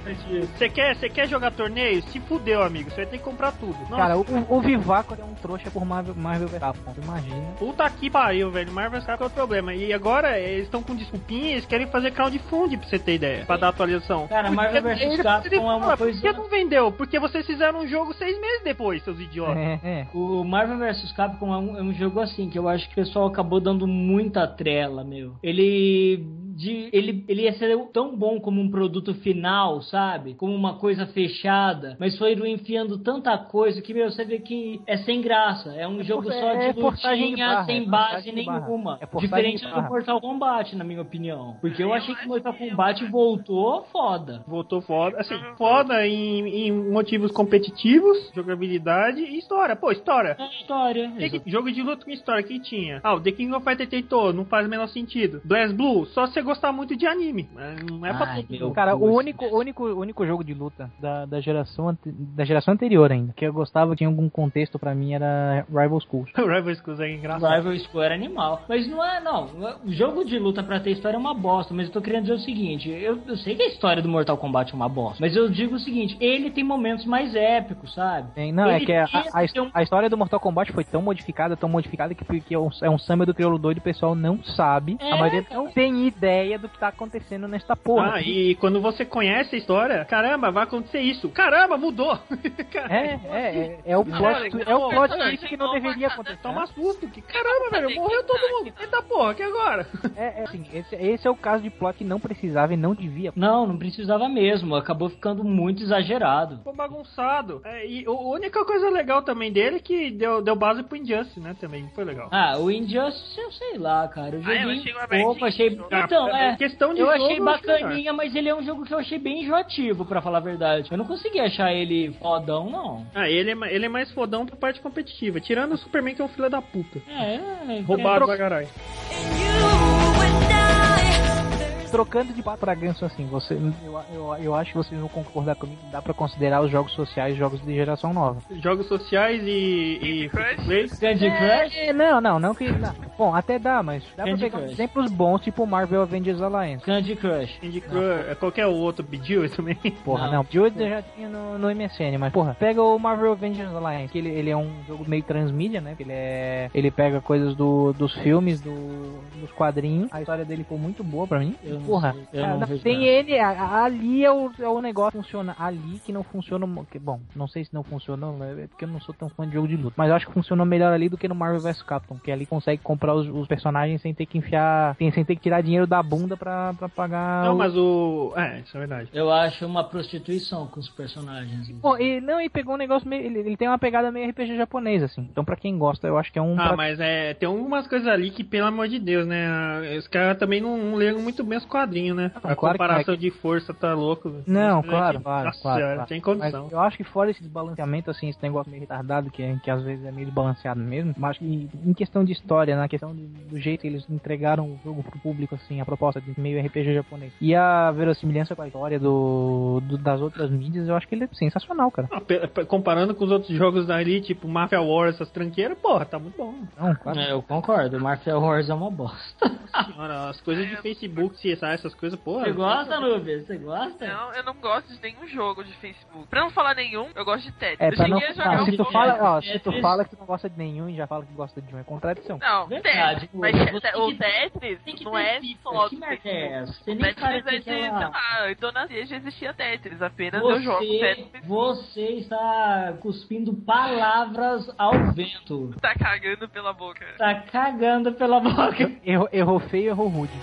Você quer, você quer jogar torneio? Se fudeu, amigo. Você vai ter que comprar tudo. Nossa, Cara, o, o Vivaco é um trouxa por Marvel, Marvel vs. Capcom, tu imagina. puta que pariu, velho. Marvel Capcom é o problema. E agora eh, eles estão com desculpinha, eles querem fazer crowdfunding pra você ter ideia, pra dar atualização. Cara, Marvel Porque vs ele- Capcom ele é uma fala, coisa- Por que não vendeu? Porque vocês fizeram um jogo seis meses depois, seus idiotas. É, é. O Marvel vs Capcom é um, é um jogo assim que eu acho que o pessoal acabou dando muita trela, meu. Ele. de- ele, ele ia ser tão bom como um produto final, sabe? Como uma coisa fechada. Mas foram enfiando tanta coisa que, meu, você vê que é sem graça. É um jogo por- só é de portagem de lutinha barra, é sem base portagem de barra. nenhuma. É portagem Diferente de do barra. Mortal Kombat, na minha opinião. Porque eu Eu achei que acho Mortal que- Kombat voltou foda. Voltou foda, assim, foda em, em motivos competitivos, jogabilidade e história. Pô, história. É história. Que- que- jogo de luta com história que tinha. Ah, o The King of Fighters tentou, não faz o menor sentido. Blast Blue, só se você gostar muito de anime. Mas não é pra Ai, todo meu mundo. Cara, o Nossa. único, o único, o único jogo de luta da, da, geração ante- da geração anterior ainda, que eu gostava, tinha algum contexto pra mim, era Rival Schools. O Rival Schools é engraçado. Rival School era animal. Mas não é, não. O jogo de luta pra ter história é uma bosta. Mas eu tô querendo dizer o seguinte: eu, eu sei que a história do Mortal Kombat é uma bosta. Mas eu digo o seguinte: ele tem momentos mais épicos, sabe? Tem- Não, é Ele que a, tinha a- que ter um- a história do Mortal Kombat foi tão modificada, tão modificada, que, foi- que é, um, é um samba do crioulo doido, o pessoal não sabe. É, a maioria não tem ideia do que tá acontecendo nesta porra. Ah, e quando você conhece a história, caramba, vai acontecer isso. Caramba, mudou. É, Caralho, é, é, é o plot, Olha, twi- é o não, plot olha, twist que não tem deveria uma- acontecer. Toma susto. Tá um Que, caramba, velho, morreu todo mundo. Eita porra, que agora? É, é, assim, esse, esse é o caso de plot que não precisava e não devia. Não, não precisava mesmo. Acabou ficando muito exagerado. Ficou bagunçado. É, e o- a única coisa legal também dele é que deu, deu base pro Injustice, né? Também foi legal. Ah, o Injustice, eu sei lá, cara. Eu Ah, eu joguei achei uma pouco, merdinha achei... esse jogo. Então, É, é... questão de Eu jogo, achei acho que melhor. bacaninha, mas ele é um jogo que eu achei bem enjoativo, pra falar a verdade. Eu não consegui achar ele fodão, não. Ah, ele é, ma- ele é mais fodão pra parte competitiva. Tirando o Superman, que é um filho da puta. É, é... Roubado pra caralho. Trocando de papo pra Ganso, assim, você, eu, eu, eu acho que vocês vão concordar comigo que dá pra considerar os jogos sociais jogos de geração nova. Jogos sociais e. e Candy Crush? free-to-play. Candy Crush? É, não, não, não que. não. Bom, até dá, mas dá pra Candy pegar Crush. exemplos bons, tipo Marvel Avengers Alliance. Candy Crush. Candy Crush, é qualquer outro pediu isso também. Porra, Não. não. De hoje eu já tinha no, no MSN, mas porra, pega o Marvel Avengers Alliance, que ele, ele é um jogo meio transmídia, né? que Ele é. Ele pega coisas do, dos filmes, do, dos quadrinhos. A história dele foi muito boa pra mim. Eu não porra. sei, eu cara, não vejo tem nada. ele, a- a- ali é o, é o negócio que funciona. Ali que não funciona. mo- que- bom, não sei se não funciona, é porque eu não sou tão fã de jogo de luta. Mas eu acho que funcionou melhor ali do que no Marvel vs Capcom, que ali consegue comprar os, os personagens sem ter que enfiar. Sem, sem ter que tirar dinheiro da bunda pra, pra pagar. Não, Ah, o- mas o. É, isso é verdade. Eu acho uma prostituição com os personagens. Bom, e não, e pegou um negócio meio. Ele, ele tem uma pegada meio RPG japonês, assim. Então, pra quem gosta, eu acho que é um. Ah, pra- mas é, tem algumas coisas ali que, pelo amor de Deus, né? Os caras também não, não leram muito bem os quadrinhos, né? Não, a Ah, claro que é. comparação de força tá louco. Não, Esse claro, moleque- claro, Nossa claro, senhora, claro. sem condição. Mas eu acho que fora esse desbalanceamento, assim, esse negócio meio retardado, que, é- que às vezes é meio desbalanceado mesmo, mas acho que em questão de história, na questão de- do jeito que eles entregaram o jogo pro público, assim, a proposta de meio RPG japonês. E a verossimilhança com a história do, do- das outras mídias, eu acho que ele é sensacional, cara. Ah, pe- pe- Comparando com os outros jogos dali, tipo Mafia War, essas tranqueiras, porra, tá muito bom. Não, Então, claro. É, eu concordo. Marvel Wars é uma bosta. Senhora, as coisas de Facebook, CSI, essas coisas, porra. Você gosta, Nubia? Você É. gosta? Não, eu não gosto de nenhum jogo de Facebook. Pra não falar nenhum, eu gosto de Tetris. É, eu pra não. cheguei a jogar É. Ah, um se tu pouco- fala, ó, se Tetris. tu fala que tu não gosta de nenhum e já fala que gosta de um, é contradição. Não, Verdade, Tetris. Mas você te- tem o que- Tetris Tem que não ter é FIFA, só Que do merda Facebook. é essa? Você nem Tetris sabe é o de, que é sei lá. lá, em Dona Cia já existia Tetris, apenas eu jogo é Você, Tetris. você está cuspindo palavras ao vento. Tá cagando pela boca. Tá cagando pela boca. Errou, errou feio, errou rude.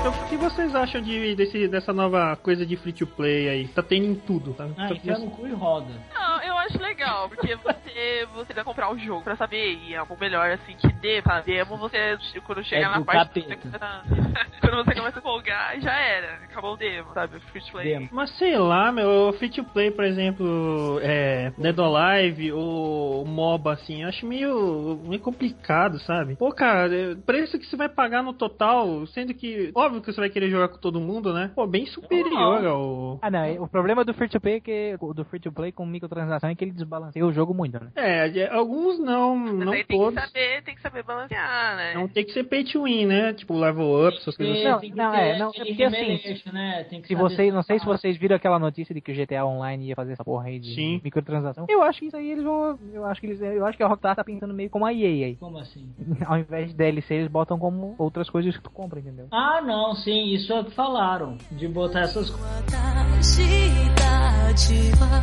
Então, o que vocês acham de, desse, dessa nova coisa de free to play aí? Tá tendo em tudo, tá? Ah, então Tá- enfia no cu e roda. Não, eu acho legal, porque você, você vai comprar o jogo pra saber, e é o melhor assim que dê pra demo, você quando chega É na do parte capeta. você começa- quando você começa a folgar, já era, acabou o demo, sabe? O free to play. Demo. Mas sei lá, meu, o free to play, por exemplo, é, Dead or Alive ou MOBA, assim, eu acho meio, meio complicado, sabe? Pô, cara, é, preço que você vai pagar no total, sendo que, óbvio que você vai querer jogar com todo mundo, né? Pô, bem superior ao... Ah, não. é- O problema do free to play é que do free to play com microtransação é que ele desbalanceia o jogo muito, né? É, é, alguns não, Mas não aí tem que todos. saber, tem que saber balancear, né? Não tem que ser pay to win, né? Tipo, level up, essas coisas assim. Não, não, é, não, é porque assim, né? Tem que Se saber vocês, não sei se separar. vocês viram aquela notícia de que o GTA Online ia fazer essa porra aí de Sim. microtransação. Eu acho que isso aí eles vão, eu acho que eles, eu acho que a Rockstar tá pensando meio como a EA aí. Como assim? Ao invés de DLC, eles botam como outras coisas que tu compra, entendeu? Ah, não, sim, isso é o que falaram. De botar essas coisas. 私たちは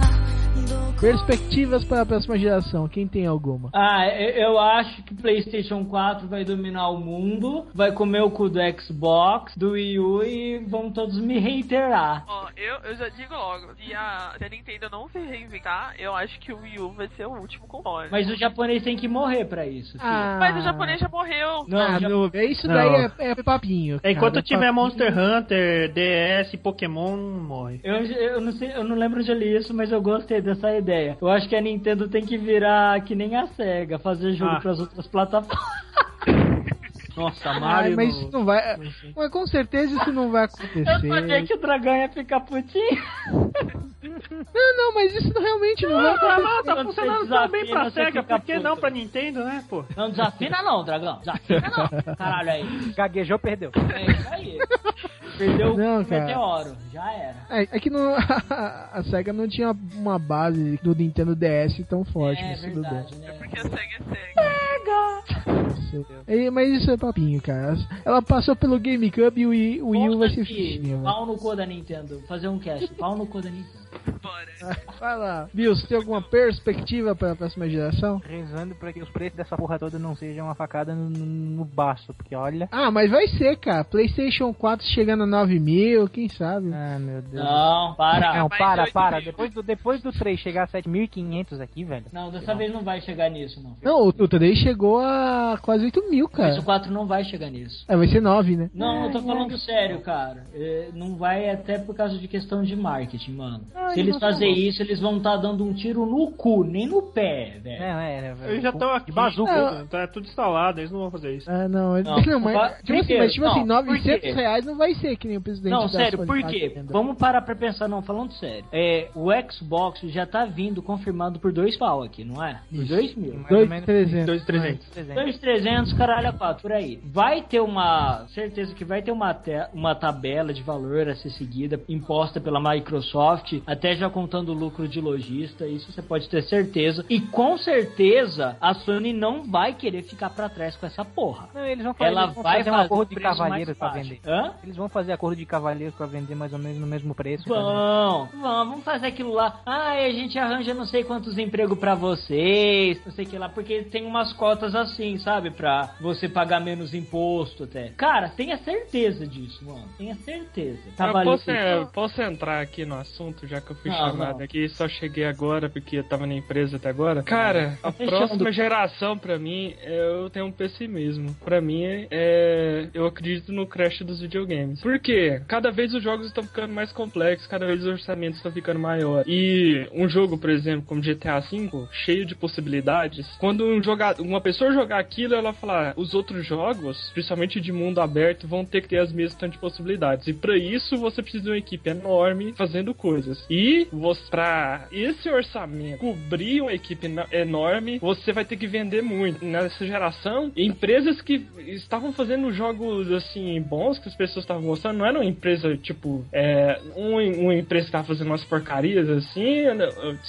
どこ Perspectivas para a próxima geração, quem tem alguma? Ah, eu eu acho que PlayStation 4 vai dominar o mundo, vai comer o cu do Xbox, do Wii U e vão todos me reiterar. Ó, eu, eu já digo logo, se a, se a Nintendo não se reinventar, eu acho que o Wii U vai ser o último console. Mas Ah. o japonês tem que morrer pra isso. filho. Ah. Mas o japonês já morreu. Não, Ah, o ja- não, é isso Não. daí é, é papinho. cara, Enquanto é tiver papinho. Monster Hunter, DS, Pokémon, morre. Eu, eu não sei, eu não lembro onde eu li isso, mas eu gostei dessa ideia. Eu acho que a Nintendo tem que virar que nem a SEGA, fazer jogo Ah. pras outras plataformas. Nossa, Ai, Mario... Ah, mas isso não vai. Mas com certeza isso não vai Eu sabia acontecer. que o dragão ia ficar putinho. Não, não, mas isso realmente não vai Ah, acontecer. não, tá funcionando tão bem pra Você SEGA, fica por que não puto. pra Nintendo, né, pô? Não desafina não, dragão. Desafina não. Caralho aí. Gaguejou, perdeu. É isso aí. Perdeu Não, o cara. meteoro. Já era. É, é que não, a SEGA não tinha uma base do Nintendo DS tão forte, é mas tudo bem. verdade, né? Porque a SEGA é SEGA. Não sei. Nintendo. E- mas isso é papinho, cara. Ela passou pelo GameCube e o Wii, o Wii U vai ser né? fichinha, mano. Pau no cu da Nintendo. Fazer um cast. Pau no cu da Nintendo. Bora. Vai lá. Bill, você tem alguma perspectiva para a próxima geração? Rezando pra que os preços dessa porra toda não sejam uma facada no, no, no baço, porque olha. Ah, mas vai ser, cara. PlayStation 4 chegando a 9 mil, quem sabe? É. Ah, meu É. Deus. Não, para. Não, Mais para, oito para. mil. Depois do, depois do 3 chegar a 7.500 aqui, velho. Não, dessa vez não vai chegar nisso, não. Não, o o 3 chegou a quase 8 mil, Mas cara. o 4 não vai chegar nisso. É, vai ser 9, né? Não, eu tô falando sério, cara. É, Não vai até por causa de questão de marketing, mano. Ah, Se eles ele não tá fazer isso, eles vão estar dando um tiro no cu, nem no pé, É, velho. é, é, Eles já estão aqui. De bazuca. Não, Tá tudo instalado, eles não vão fazer isso. Ah, não. Não, Não, não mas, vai- tipo assim, mas tipo Não, assim, por 900 quê? reais não vai ser que nem o presidente Não, da sério, Sony por tá quê? dizendo. Vamos parar pra pensar, não, falando sério. É, o Xbox já tá vindo confirmado por dois pau aqui, não é? Por dois mil. Mais ou Dois, menos É. 300. é, 2,300. 300. 2300, caralho, a 4 por aí. Vai ter uma, certeza que vai ter uma, te- uma tabela de valor a ser seguida, imposta pela Microsoft, até já contando o lucro de lojista, isso você pode ter certeza. E com certeza a Sony não vai querer ficar pra trás com essa porra. Não, eles vão fazer, Ela eles vão vai fazer um fazer acordo de tá preço mais cavalheiros pra baixo. vender. Hã? Eles vão fazer acordo de cavalheiros pra vender mais ou menos no mesmo preço. pra vender. Vão, vão, vamos fazer aquilo lá. Ah, a gente arranja não sei quantos empregos pra vocês, não sei o que lá, porque tem umas cotas assim, sabe? Pra você pagar menos imposto até. Cara, tenha certeza disso, mano. Tenha certeza. Eu Trabalho posso, social. eu posso entrar aqui no assunto, já que eu fui Não, chamado não. aqui e só cheguei agora porque eu tava na empresa até agora? Cara, a fechando. próxima geração pra mim, eu tenho um pessimismo. Pra mim, é, eu acredito no crash dos videogames. Por quê? Cada vez os jogos estão ficando mais complexos, cada vez os orçamentos estão ficando maiores. E um jogo, por exemplo, como GTA V, cheio de possibilidades, quando um joga... uma pessoa jogar aquilo, ela falar, os outros jogos, principalmente de mundo aberto, vão ter que ter as mesmas tantas possibilidades. E pra isso você precisa de uma equipe enorme fazendo coisas. E você, pra esse orçamento cobrir uma equipe na- enorme, você vai ter que vender muito. Nessa geração, empresas que estavam fazendo jogos assim bons que as pessoas estavam gostando, não era uma empresa tipo, é, um- uma empresa que tava fazendo umas porcarias assim,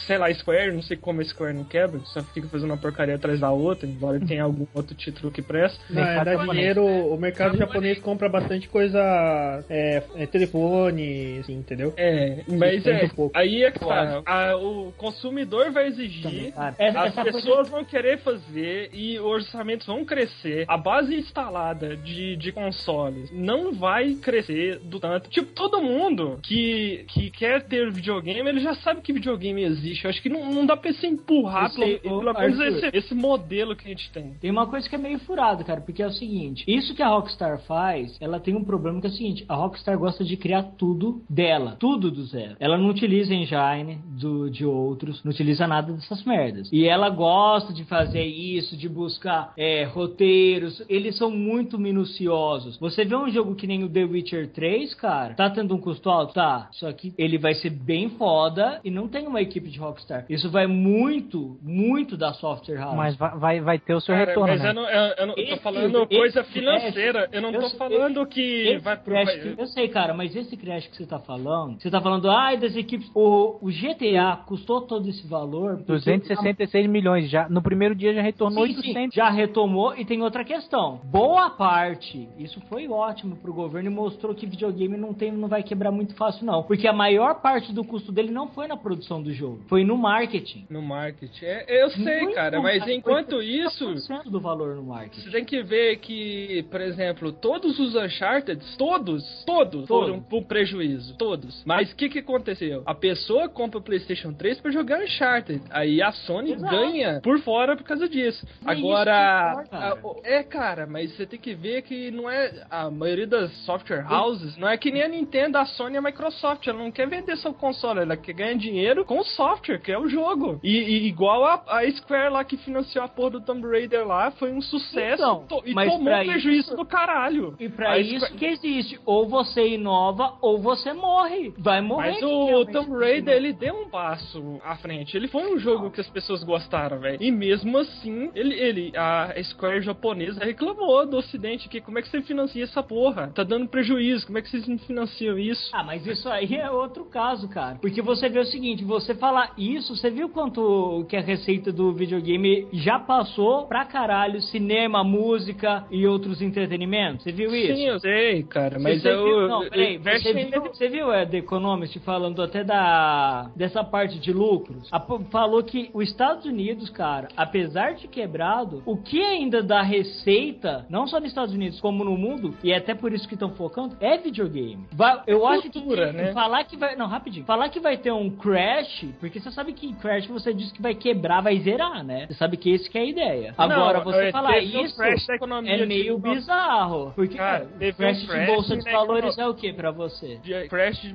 sei lá, Square, não sei como a Square não quebra, só fica fazendo uma porcaria atrás da outra, embora tenha algum outro título que presta. Não, é, dá japonês. dinheiro, o mercado japonês compra bastante coisa, é, é telefone, assim, entendeu? É, mas Sustenta é, um pouco. aí é que tá, a- o consumidor vai exigir, Cara, essa, as essa pessoas vão querer fazer e os orçamentos vão crescer, a base instalada de, de consoles não vai crescer do tanto. Tipo, todo mundo que, que quer ter videogame, ele já sabe que videogame existe, eu acho que não, não dá pra se empurrar Esse- pelo, ô, pelo menos Arthur. esse, esse modelo que a gente tem. Tem uma coisa que é meio furado, cara, porque é o seguinte: isso que a Rockstar faz, ela tem um problema que é o seguinte: a Rockstar gosta de criar tudo dela, tudo do zero. Ela não utiliza engine do, de outros, não utiliza nada dessas merdas. E ela gosta de fazer isso, de buscar é, roteiros, eles são muito minuciosos. Você vê um jogo que nem o The Witcher 3, cara, tá tendo um custo alto? Tá, só que ele vai ser bem foda e não tem uma equipe de Rockstar. Isso vai muito, muito da software house. Mas vai, vai, vai ter o Então seu Cara, retorno. mas né? eu não, eu, eu não tô Esse- falando esse coisa crash, financeira, eu não eu tô sei- falando que Esse vai pro. crash vai- que- eu sei, cara, mas esse crash que você tá falando, você tá falando, ai, das equipes. O, o GTA custou todo esse valor. porque- 266 milhões já. No primeiro dia já retornou Sim, sim, 800. já retomou e tem outra questão. Boa parte, isso foi ótimo pro governo e mostrou que videogame não tem, não vai quebrar muito fácil não, porque a maior parte do custo dele não foi na produção do jogo, foi no marketing. No marketing. É, eu sei, Muito, cara, mas cara, enquanto foi isso, 30% do valor no marketing. você tem que ver que, por exemplo, todos os Uncharted, todos, todos, foram pro prejuízo, todos. Mas o que, que aconteceu? A pessoa compra o PlayStation 3 pra jogar Uncharted, aí a Sony Exato. ganha por fora por causa disso. Não é isso Agora, que importa, a- o- é, cara, mas você tem que ver que não é a maioria das software houses, não é que nem a Nintendo, a Sony e a Microsoft, ela não quer vender seu console, ela quer ganhar dinheiro com o software, que é o jogo. E, e igual a, a Square lá que financiou a porra do Tomb Raider lá, foi um sucesso Então, to- e mas tomou pra um prejuízo isso- do caralho. E pra A isso Square- que existe, ou você inova ou você morre. Vai morrer. Mas realmente. o Tomb Raider, ele deu um passo à frente. Ele foi um jogo que as pessoas gostaram, velho. E mesmo assim, ele, ele, a Square japonesa reclamou do Ocidente que como é que você financia essa porra? Tá dando prejuízo, como é que vocês não financiam isso? Ah, mas isso aí é outro caso, cara. Porque você vê o seguinte, você falar isso, você viu quanto que a receita do videogame já passou pra caralho cinema, música e outros entretenimentos? Você viu isso? Sim, eu sei, cara, mas você eu. viu, não, peraí, eu- você eu- viu, você viu é, The Economist falando até da dessa parte de lucros? A- falou que os Estados Unidos, cara, apesar de quebrado, o que ainda dá receita, não só nos Estados Unidos, como no mundo, e é até por isso que estão focando, é videogame. Vai- eu acho que Cultura, né? falar que vai, não, rapidinho, falar que vai ter um crash, porque você sabe que crash você diz que vai quebrar, vai zerar, né? Você sabe que isso que é a ideia. Agora Não, você é, falar teve um isso crash da economia é de meio 1900. bizarro, porque Cara, cara, teve um crash de crash bolsa de na valores economia. é o que pra você? de Crash de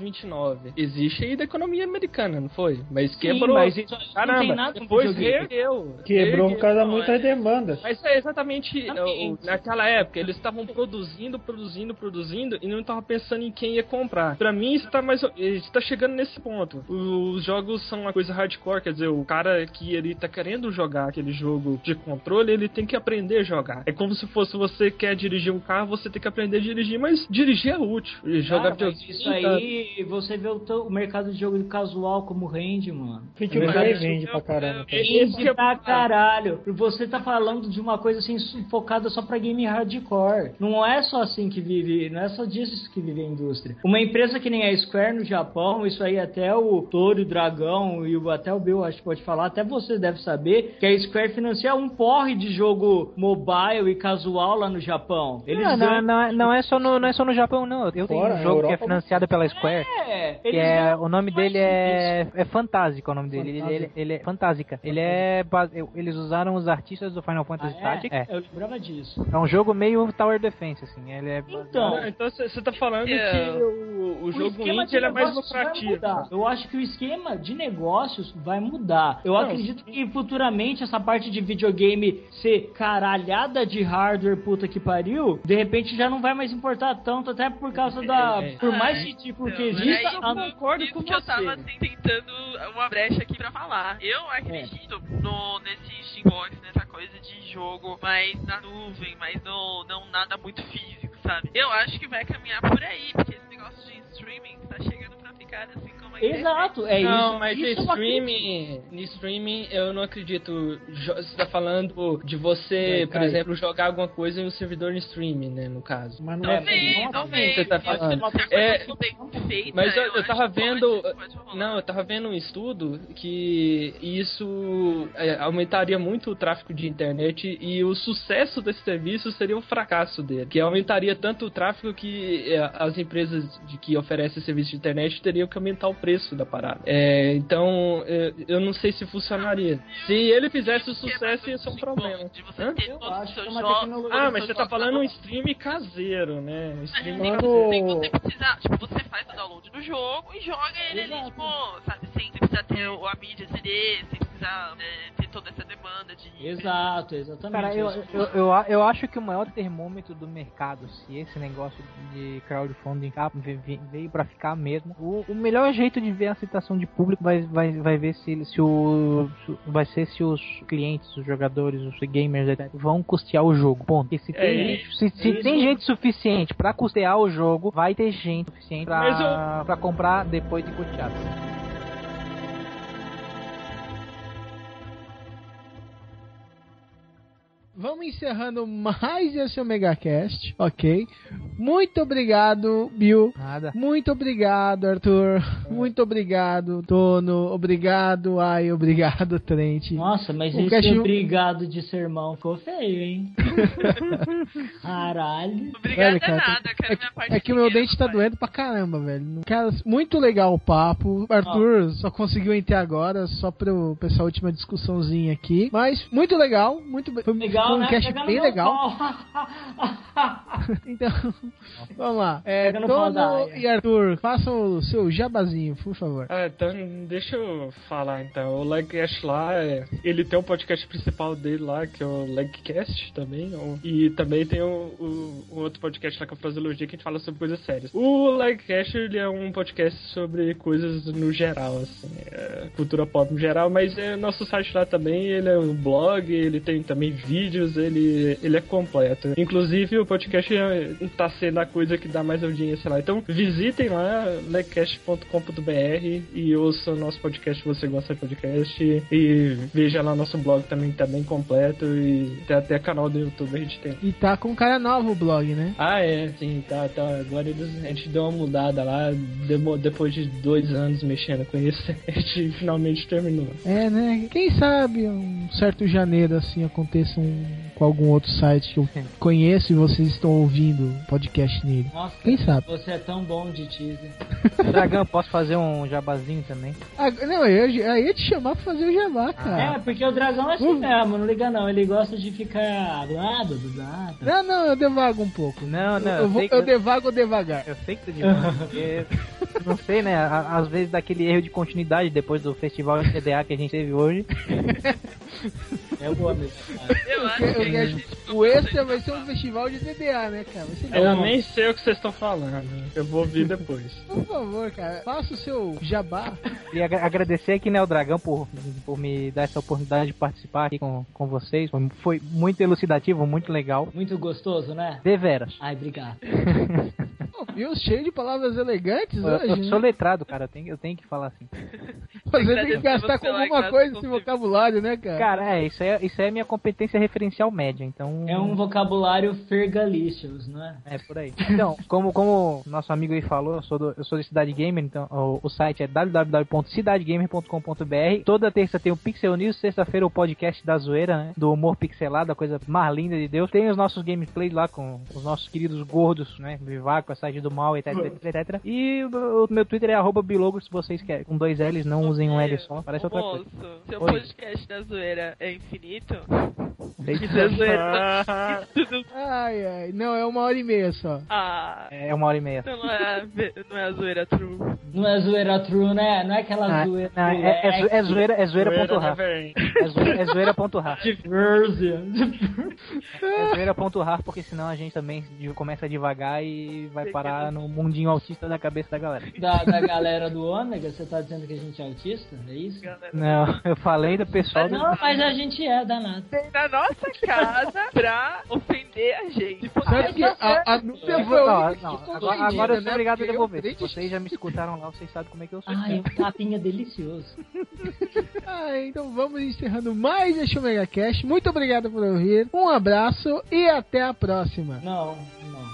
1929. Existe aí da economia americana, não foi? Mas quebrou. Sim, mas isso não tem Caramba, nada com depois videogame. reergueu. É Quebrou por Reergueu. causa não, muita é. demanda. Mas é exatamente Exatamente. o- o- naquela época, eles estavam produzindo, produzindo, produzindo e não estavam pensando em quem ia comprar. Pra mim, está mais está chegando nesse ponto. Os jogos são uma coisa hardcore, quer dizer, o cara que ele tá querendo jogar aquele jogo de controle, ele tem que aprender a jogar. É como se fosse você quer dirigir um carro, você tem que aprender a dirigir, mas dirigir é útil. E jogar Cara, mas videogame, isso tá? aí, você vê o, teu- o mercado de jogo casual como rende, mano. Videogame vende pra caramba. cara. Esse que Rende é- pra caralho. E Você tá falando de uma coisa assim su- focada só pra game hardcore. Não é só assim que vive, não é só disso que vive a indústria. Uma empresa que nem a Square no Japão, isso aí até o Toro, o Dragão e o, até o Bill acho que pode falar, até você deve saber que a Square financia um porre de jogo mobile e casual lá no Japão. Eles não, não, ganham- não, é- não é só no, não é só no Japão, não. Eu tenho Fora, um jogo que é Europa- financiado pela Square. né? É, Que eles é, ganham o nome mais dele que é, é Fantásica, o nome dele. Ele, ele, Fantásica. ele é Fantásica. Ele é. base- Eles usaram os artistas do Final Fantasy isso. Ah, Tactics. é? É. Eu lembrava disso. É um jogo meio Tower Defense, assim. Ele é baseado- Então, Não, então você tá falando É. que o, o jogo esquema indie ele é mais negócios vai lucrativo. mudar. Eu acho que o esquema de negócios vai mudar. Eu Não, acredito que futuramente essa parte de videogame ser caralhada de hardware, puta que pariu, de repente já não vai mais importar tanto, até por causa da. é. Por Ah, mais que tipo que Então, exista, era isso a- que eu- concordo isso com que Eu você. tava assim, tentando uma brecha aqui pra falar. Eu acredito no, nesse Xbox, nessa coisa de jogo mais na nuvem, mas não, não nada muito físico, sabe? Eu acho que vai caminhar por aí, porque esse negócio de streaming tá chegando pra ficar assim como a internet. Exato, é isso. Não, mas isso eu acredito. streaming, no streaming eu não acredito. Jo- Você tá falando de você, É, por cai. exemplo, jogar alguma coisa em um servidor de streaming, né, no caso. Mas não é Talvez, então. talvez. você tá pode falando. ser uma É, coisa bem feita, mas eu- eu acho tava que vendo- pode- pode rolar. Não, eu tava vendo um estudo que isso é, aumentaria muito o tráfego de internet e o sucesso desse serviço seria o fracasso dele, que aumentaria tanto o tráfego que é, as empresas de que oferecem serviço de internet teriam que aumentar o preço da parada. É, então, é, eu não sei se funcionaria. Se ele fizesse o sucesso, ia ser um problema. é De você Hã? ter Eu todos os acho que é seus uma jogos, tecnologia. Ah, mas você tá falando um stream caseiro, né? Um É, stream nem Mano. você, nem você precisar. Tipo, você faz o download do jogo e joga ele ali, Exato. tipo, sabe, sem precisar ter o- a mídia CD, sem precisar né, ter toda essa demanda de. Exato, exatamente. Cara, eu, eu, eu, a- eu acho que o maior termômetro do mercado, se esse negócio de crowdfunding ah, ve- ve- veio pra ficar mesmo, o, o melhor jeito de ver a aceitação de público vai, vai, vai ver se, ele- se o se- vai ser se os clientes, os jogadores, os gamers etc, vão custear o jogo. Ponto. E se É, tem, é gente- se, se isso. tem gente suficiente pra custear o jogo, vai ter gente suficiente Mas pra, eu- pra comprar depois de custeado. Vamos encerrando mais esse OmegaCast, ok? Muito obrigado, Bill. Nada. Muito obrigado, Arthur. Muito obrigado, Tono. Obrigado, Ai. Obrigado, Trent. Nossa, mas O esse cachorro- obrigado de sermão ficou feio, hein? Caralho. Obrigada Velho, cara, nada, eu quero é que- minha parte É que o meu inteira, dente tá papai. doendo pra caramba, velho. Cara, muito legal o papo. Arthur só conseguiu entrar agora, só pra, eu- pra essa última discussãozinha aqui. Mas muito legal, muito be- foi, Legal, pau, foi um né? cast Pega no bem meu legal. pau. Então, vamos lá. É, Pega no pau da Tono Aya. e Arthur, façam o seu jabazinho, por favor. Ah, então deixa eu falar então. O Legcast lá, é- ele tem um podcast principal dele lá, que é o Legcast também. o- E também tem o, o- o outro podcast lá que é o Fraseologia, que a gente fala sobre coisas sérias. O Legcast, ele é um podcast sobre coisas no geral, assim, é, cultura pop no geral, mas é nosso site lá também, ele é um blog, ele tem também vídeos, ele, ele é completo. Inclusive, o podcast é- tá sendo a coisa que dá mais audiência lá. Então, visitem lá, lecast.com.br e ouça o nosso podcast se você gosta de podcast. E veja lá nosso blog também, que tá bem completo. E tem até canal do YouTube a gente tem. E tá com um cara novo o blog, né? Ah, é, sim, tá, tá. Agora eles- a gente deu uma mudada lá, demo- depois de dois anos mexendo com isso, a gente finalmente terminou. É, né? Quem sabe um certo janeiro assim aconteça um, com algum outro site que eu conheço e vocês estão ouvindo podcast nele. Nossa, Quem sabe? você é tão bom de teaser. Dragão, posso fazer um jabazinho também? Ah, não, eu, eu ia te chamar pra fazer o jabá, cara. É, porque o dragão é assim Ah. Hum. mesmo, não liga não. Ele gosta de ficar. Ah, Dudu, ah, tá. Não, não, eu devago um pouco. Não, Ah, não, Eu, eu, vou- sei que eu devago devagar. eu sei que tu devia, porque, Não sei, né? a- Às vezes daquele erro de continuidade depois do festival de CDA que a gente teve hoje. É boa mesmo. cara. Eu acho Eu- eu que a quero- gente- O Extra vai ser um festival de DDA, né, cara? Vai ser Eu bom. nem sei o que vocês estão falando. Eu vou ouvir depois. Por favor, cara, faça o seu jabá. E agra- agradecer aqui, né, o Dragão por, por me dar essa oportunidade de participar aqui com, com vocês. Foi, foi muito elucidativo, muito legal. Muito gostoso, né? Deveras. Ai, obrigado. Pô, Viu? Cheio de palavras elegantes Eu, eu hoje, né? sou letrado, cara. Eu tenho, eu tenho que falar assim. Você tem que Agradecer gastar você com lá, alguma coisa que nós esse conseguimos. vocabulário, né, cara? Cara, é, isso é, isso é minha competência referencial média, então. É um vocabulário fergalicious, não é? É por aí. Então, como, como nosso amigo aí falou, eu sou, do, eu sou de Cidade Gamer, então o, o site é www.cidadegamer.com.br. Toda terça tem o Pixel News, sexta-feira o podcast da zoeira, né? Do humor pixelado, a coisa mais linda de Deus. Tem os nossos gameplays lá com os nossos queridos gordos, né? Vivaco, a site do mal, etc, etc, etc. E o, o meu Twitter é arroba bilogo, se vocês querem. Com dois L's, não usem um L só, parece Ô, outra coisa. Moço, seu Oi. podcast da zoeira é infinito? Tem- Da zoeira. Ah, Ai, ai. Não, é uma hora e meia só. Ah, É uma hora e meia. então não é, a ve- não é a zoeira true. Não é zoeira true, né? Não é aquela Ah, zoeira. não, é, é, zo- é zoeira, é zoeira.ra. Reverend. É zoeira- é zoeira.ra. Diversion. É zoeira ponto rar, porque senão a gente também de- começa devagar e vai parar no mundinho autista da cabeça da galera. Da, da galera do ômega, você tá dizendo que a gente é autista? É isso? Não, eu falei do pessoal. Mas do- não, mas a gente é danado. na nossa casa pra ofender a gente. é Sabe que a, a Núbia foi a Não, única não, que ficou agora, ofendida, agora eu né? sou obrigado a Porque eu devolver. nem Se te- vocês já me escutaram lá, vocês sabem como é que eu sou. Ai, o tapinha delicioso. Ah, então vamos encerrando mais este Omega Cast. Muito obrigado por ouvir. Um abraço e até a próxima. Não, não.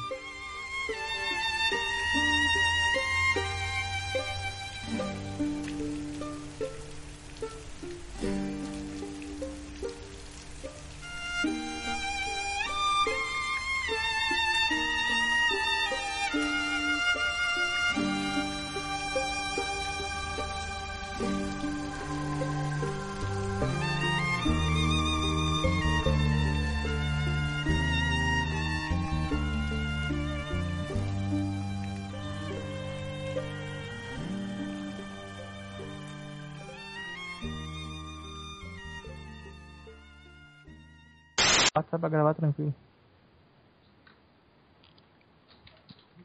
Tá pra gravar tranquilo.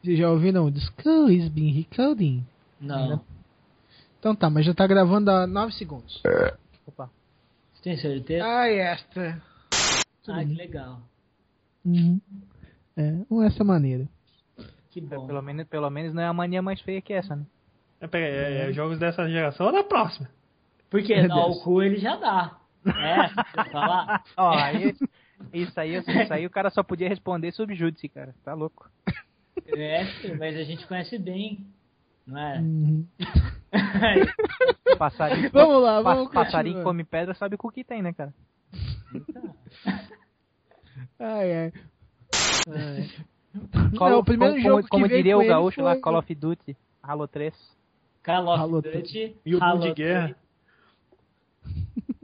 Vocês já ouviram o disco? Is been recording. Não. Então tá, mas já tá gravando há 9 segundos. Opa. Você tem certeza? Ai, esta. Ah, que legal. Uhum. É, ou essa maneira. É, Que Tá bom. Pelo menos, pelo menos não é a mania mais feia que essa, né? Pera aí, é, é jogos dessa geração ou da próxima? É Porque dar o cu ele já dá. É, você falar? Ó, aí, isso aí, isso aí o cara só podia responder subjúdice, cara. Tá louco. É, filho, mas a gente conhece bem. Não é? Hum. Uhum. Passarinho, Vamos lá, vamos pa- passarinho continuar. que come pedra sabe com o que tem, né, cara? Ai, ai. Ai. Call Não, of- o primeiro como, jogo como- como que veio diria com o ele gaúcho foi- lá, Call of Duty, Halo 3. Call Halo of Duty. E o Halo mundo de guerra. Duty.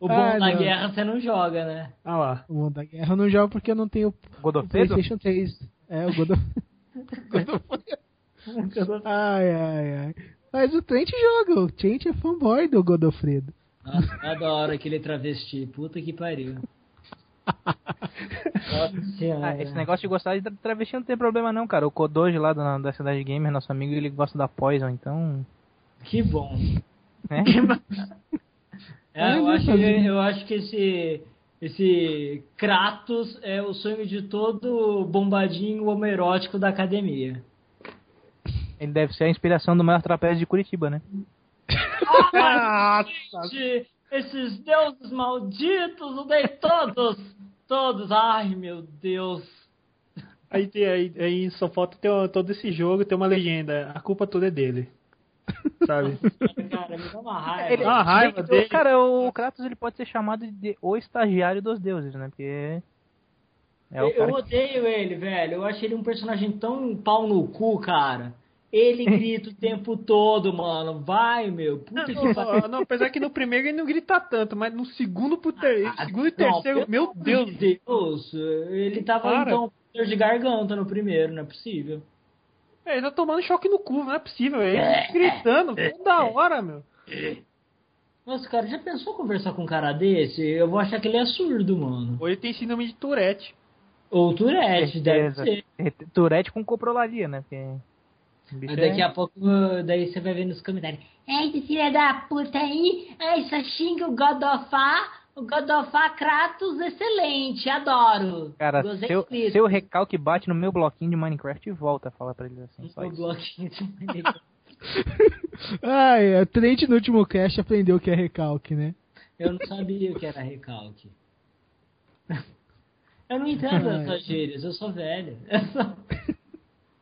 O bom Ai, da não. guerra você não joga, né? Ah lá. O mundo da guerra eu não jogo porque eu não tenho o Godofredo? PlayStation 3. É, o Godofredo. ai, ai, ai. Mas o Trent joga, o Trent é fanboy do Godofredo. Nossa, eu adoro aquele travesti. Puta que pariu. Nossa senhora. Ah, esse negócio de gostar de tra- travesti não tem problema não, cara. O Kodoji lá da, da Cidade Gamer, nosso amigo, ele gosta da Poison, então... Que bom. Né? É, eu, acho, que- eu acho que esse, esse Kratos é o sonho de todo bombadinho homerótico da academia. Ele deve ser a inspiração do maior trapézio de Curitiba, né? Gente, esses deuses malditos, odeio todos! Todos! Ai, meu Deus! Aí, tem- aí, aí só falta ter o- todo esse jogo ter uma legenda. A culpa toda é dele. Sabe? Cara, me dá uma Ele- raiva. Ah, a raiva Bem que- dele. Cara, o Kratos ele pode ser chamado de o estagiário dos deuses, né? Porque. É o Eu cara. odeio ele, velho. Eu acho ele um personagem tão pau no cu, cara. Ele grita o tempo todo, mano. Vai, meu. Puta que Não, pariu. não, apesar que no primeiro ele não grita tanto, mas no segundo, pro ter- Ah, segundo e Ah, Não, terceiro, pelo meu amor Deus. de Deus, ele tava Para. então com dor de garganta no primeiro, não é possível. É, ele tá tomando choque no cu, não é possível. Ele tá gritando É. toda hora, meu. Nossa, cara, já pensou conversar com um cara desse? Eu vou achar que ele é surdo, mano. Ou ele tem síndrome de Tourette. Ou Tourette, deve Certeza. É, ser. Tourette com coprolalia, né? Porque. o bicho Mas é- daqui a pouco, uh, daí você vai ver nos comentários. É esse filho da puta aí, é isso, xinga o Godofá, o Godofá Kratos, excelente, adoro. Cara, Gostei seu, disso. seu recalque bate no meu bloquinho de Minecraft e volta, fala pra eles assim. Só O isso. bloquinho de- Ai, o Trent no último cast aprendeu o que é recalque, né? Eu não sabia o que era recalque. Eu não entendo essas gírias, eu sou velho. Eu sou-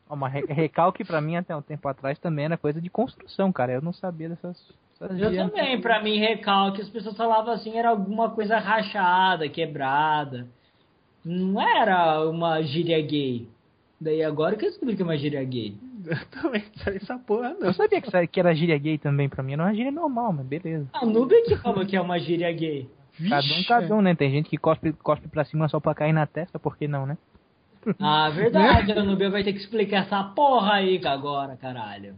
Ó, mas re- recalque pra mim até um tempo atrás também era coisa de construção, cara. Eu não sabia dessas. dessas Eu gírias. também, pra mim, recalque, as pessoas falavam assim, era alguma coisa rachada, quebrada. Não era uma gíria gay. Daí agora que eu descobri que é uma gíria gay. Eu também não sabia essa porra, não. Eu sabia que, sa- que era gíria gay também pra mim. Era uma gíria normal, mas beleza. A Nubia que falou que é uma gíria gay. Cada um, é. cada um, né? Tem gente que cospe, cospe pra cima só pra cair na testa, por que não, né? Ah, verdade, a Nubia vai ter que explicar essa porra aí agora, caralho.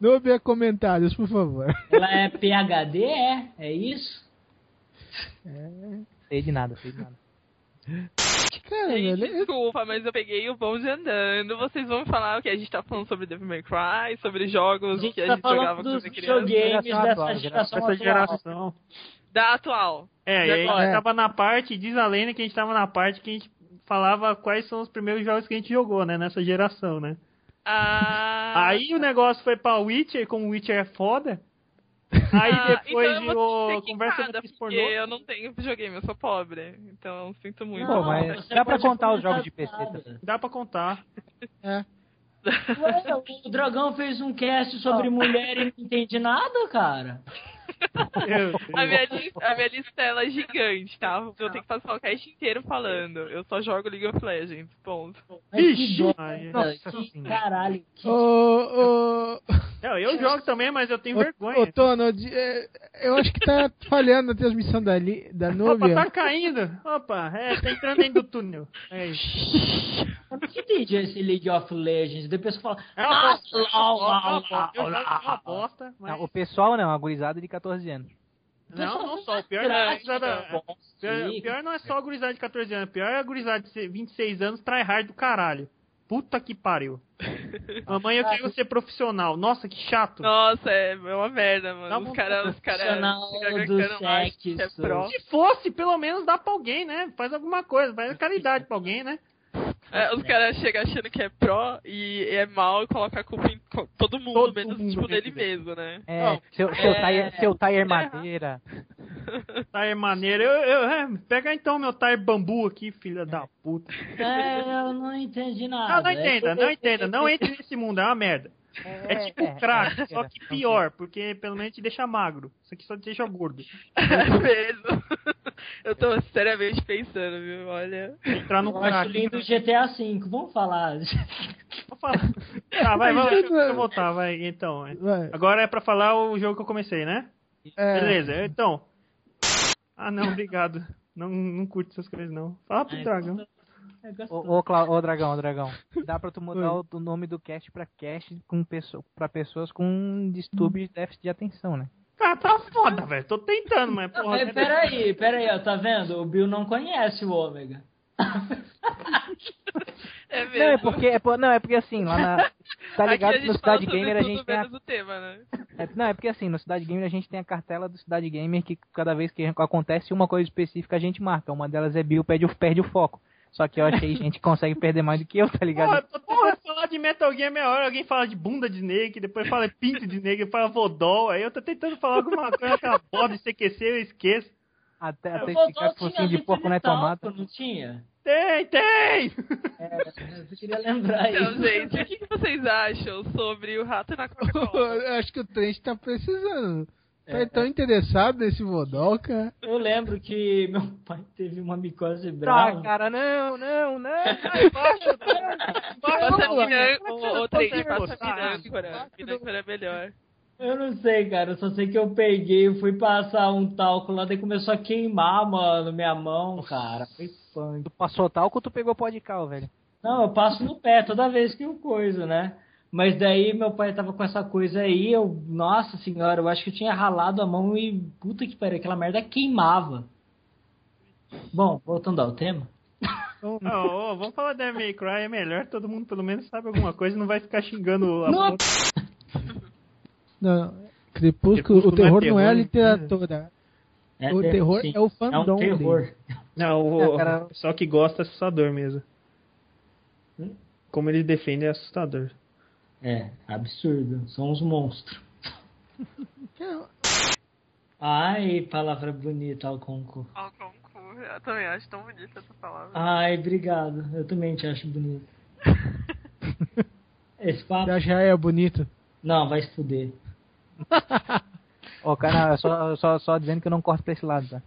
Nubia, comentários, por favor. Ela é PHD, é? É isso? Sei de nada, sei de nada. Cara, Gente, velho, eu- desculpa, mas eu peguei o bom de andando. Vocês vão falar o que a gente tá falando sobre Devil May Cry, sobre A jogos que gente a tá gente jogava falando quando dos era criança. videogames Geração dessa atual, geração Essa atual. geração. Da atual. É, e De aí a agora. gente tava na parte, diz a lenda que a gente tava na parte que a gente falava quais são os primeiros jogos que a gente jogou, né? Nessa geração, né? Ah, Aí o negócio foi pra Witcher, como Witcher é foda. Aí ah, depois então eu vou ter virou que ser conversa quicada, do Cris porque Pornô. eu não tenho videogame, eu sou pobre. Então eu sinto muito. Pô, mas você dá pra pode contar os comentar jogos de PC nada. também. Dá pra contar. Ué, então, o Dragão fez um cast sobre mulher e não entendi nada, cara. Eu- A minha, li- a minha lista ela é gigante, tá? Eu tenho que passar o cast inteiro falando. Eu só jogo League of Legends, ponto. Mas Ixi, que Maria. doida, Nossa que Senhora. caralho. Que... Ô, ô, Não, eu jogo também, mas eu tenho vergonha. ô, ô, Tonald, é, eu acho que tá falhando a transmissão da, li, da Opa, tá Nubia. caindo. Opa, é, tá entrando dentro do túnel. É isso. Eu não entendi esse League of Legends. Depois que fala, É uma nossa, bosta. É lá, lá, uma lá, bosta. Eu jogo que é uma bosta, mas... Não, o pessoal não, a gurizada de 14 anos. Não, não só. O pior não é, Graça, pior, bom, sim. pior não é só a gurizada de 14 anos. Pior é a gurizada de 26 anos tryhard do caralho. Puta que pariu. Mamãe, eu quero ser profissional. Nossa, que chato. Nossa, é uma merda, mano. Dá os uma caras, os caras. profissional do que é sexo. pro. Se fosse, pelo menos dá pra alguém, né? Faz alguma coisa, faz caridade pra alguém, né? É, Assim, os caras chegam achando que é pró e é mal e coloca a culpa em co- todo mundo, Todo menos mundo, tipo quer dele dizer. mesmo, né? É, Não, seu, seu, é- tire, seu tire é- madeira. Tá é maneiro. Eu, eu- é, pega então meu tire bambu aqui, filha da puta. É, eu não entendi Não, Ah, nada. É não entenda, não entenda. Não entre nesse mundo, é uma merda. É tipo é, crack, é, só é, que pior, porque pelo menos te deixa magro. Isso aqui só te deixa gordo. É mesmo. Eu tô seriamente pensando, viu? Olha. Entrar no Eu acho crack. lindo o GTA V, vamos falar. Vou falar. Tá, vai, vai, Mas, deixa eu- deixa eu Eduardo- voltar, vai, então. é. Vai. Agora é pra falar o jogo que eu comecei, né? É, Beleza, então. Ah, não, obrigado. Não, não curto essas coisas, não. Fala pro Ah, dragão. É gostoso. Ô, ô, Cla- ô, dragão, ô, dragão. Dá pra tu mudar o, o nome do cast pra cast com pesso- pra pessoas com distúrbio de déficit de atenção, né? Cara, tá foda, velho. Tô tentando, mas Não, porra. né? mas peraí, peraí, ó, tá vendo? O Bill não conhece o ômega. É Não, é mesmo. porque, é por- não, é porque assim, lá na. Tá ligado Aqui que a no gente fala Cidade sobre Gamer a tudo gente tem a menos o tema, né? É, não, é porque assim, no Cidade Gamer a gente tem a cartela do Cidade Gamer que cada vez que acontece uma coisa específica a gente marca. Uma delas é Bill perde o, perde o foco. Só que eu achei que a gente consegue perder mais do que eu, tá Porra, ligado? tô tentando falar de Metal Gear é meia hora, alguém fala de bunda de Snake, depois fala pinto de Snake, depois fala vodol, aí eu tô tentando falar alguma coisa que borda de CQC, eu esqueço. Até, até Voltou, ficar tinha focinho de leite porco não é talco, tomata. Não tinha? Tem, tem! É, eu queria lembrar Então, isso. gente, o que que vocês acham sobre o rato na Coca-Cola? Eu acho que o Trent tá precisando. É. Tá tão interessado nesse Vodoka. Eu lembro que meu pai teve uma micose Tá, brava. cara, não, não, não. Passa vamos lá. é piranha, ô, ô, Trent, passa gostar? piranha, piranha é melhor. Eu não sei, cara. Eu só sei que eu peguei, fui passar um talco lá, daí começou a queimar, mano, minha mão, cara. Foi punk. Tu passou talco, tu pegou pó de cal, velho. Não, eu passo no pé toda vez que eu coiso, né? Mas daí meu pai tava com essa coisa aí, eu, nossa senhora, eu acho que eu tinha ralado a mão e puta que pariu, aquela merda queimava. Bom, voltando ao tema. Ah, ô, vamos falar da May Cry, é melhor, todo mundo pelo menos sabe alguma coisa, não vai ficar xingando a Não, ponta. Não, Crepúsculo, Crepúsculo o terror não é não é a terror, né? literatura. É, O é, terror sim, é o fandom É um dele. terror. Não, o, É, cara. o pessoal que gosta é assustador mesmo. Hum? Como eles defendem é assustador. É, absurdo. São os monstros. Ai, palavra bonita, Alconco. Ó, concurso, eu também acho tão bonita essa palavra. Ai, obrigado. Eu também te acho bonito. Esse papo. Já já é bonito. Não, vai se fuder. Ó, cara, só, só, só dizendo que eu não corto pra esse lado, tá?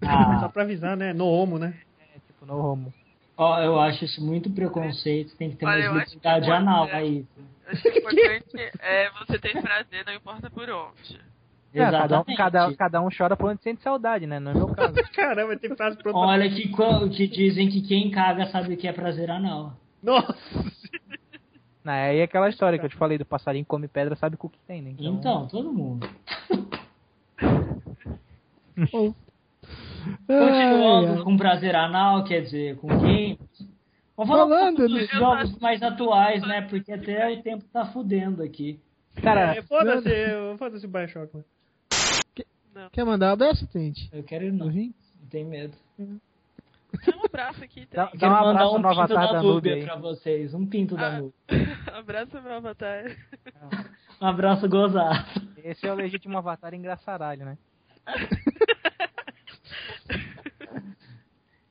Só Ah, pra avisar, né? No homo, né? É tipo, no homo. ó, eu acho isso muito preconceito. Tem que ter Olha, eu mais acho liberdade que pode, anal né? aí. Acho que o importante é você ter prazer, não importa por onde. É, cada, um, Exatamente. cada, cada um chora por onde sente saudade, né? Não é meu caso. Caramba, tem frase um pronta. Olha que, quan- que dizem que quem caga sabe o que é prazer anal. Nossa! Não, aí é aquela história que eu te falei do passarinho come pedra, sabe com o que tem, né? Então, Então, todo mundo. Ai, Continuando ai. com prazer anal, quer dizer, com quem? Vamos falar um Falando pouco dos nisso. jogos mais atuais, né? Porque até o tempo tá fudendo aqui. cara, É, Foda-se, eu- foda-se o Bioshock, mano. Quer mandar um abraço, Trent? Eu quero ir não, No Uhum. rim? não tenho medo. Tem um abraço aqui, dá, tá? Eu dá quero um mandar abraço um no pinto avatar da da Nube Nubia aí. pra vocês, um pinto da Ah. Nubia. abraço meu avatar. Um abraço gozado. Esse é o legítimo avatar engraçaralho, né?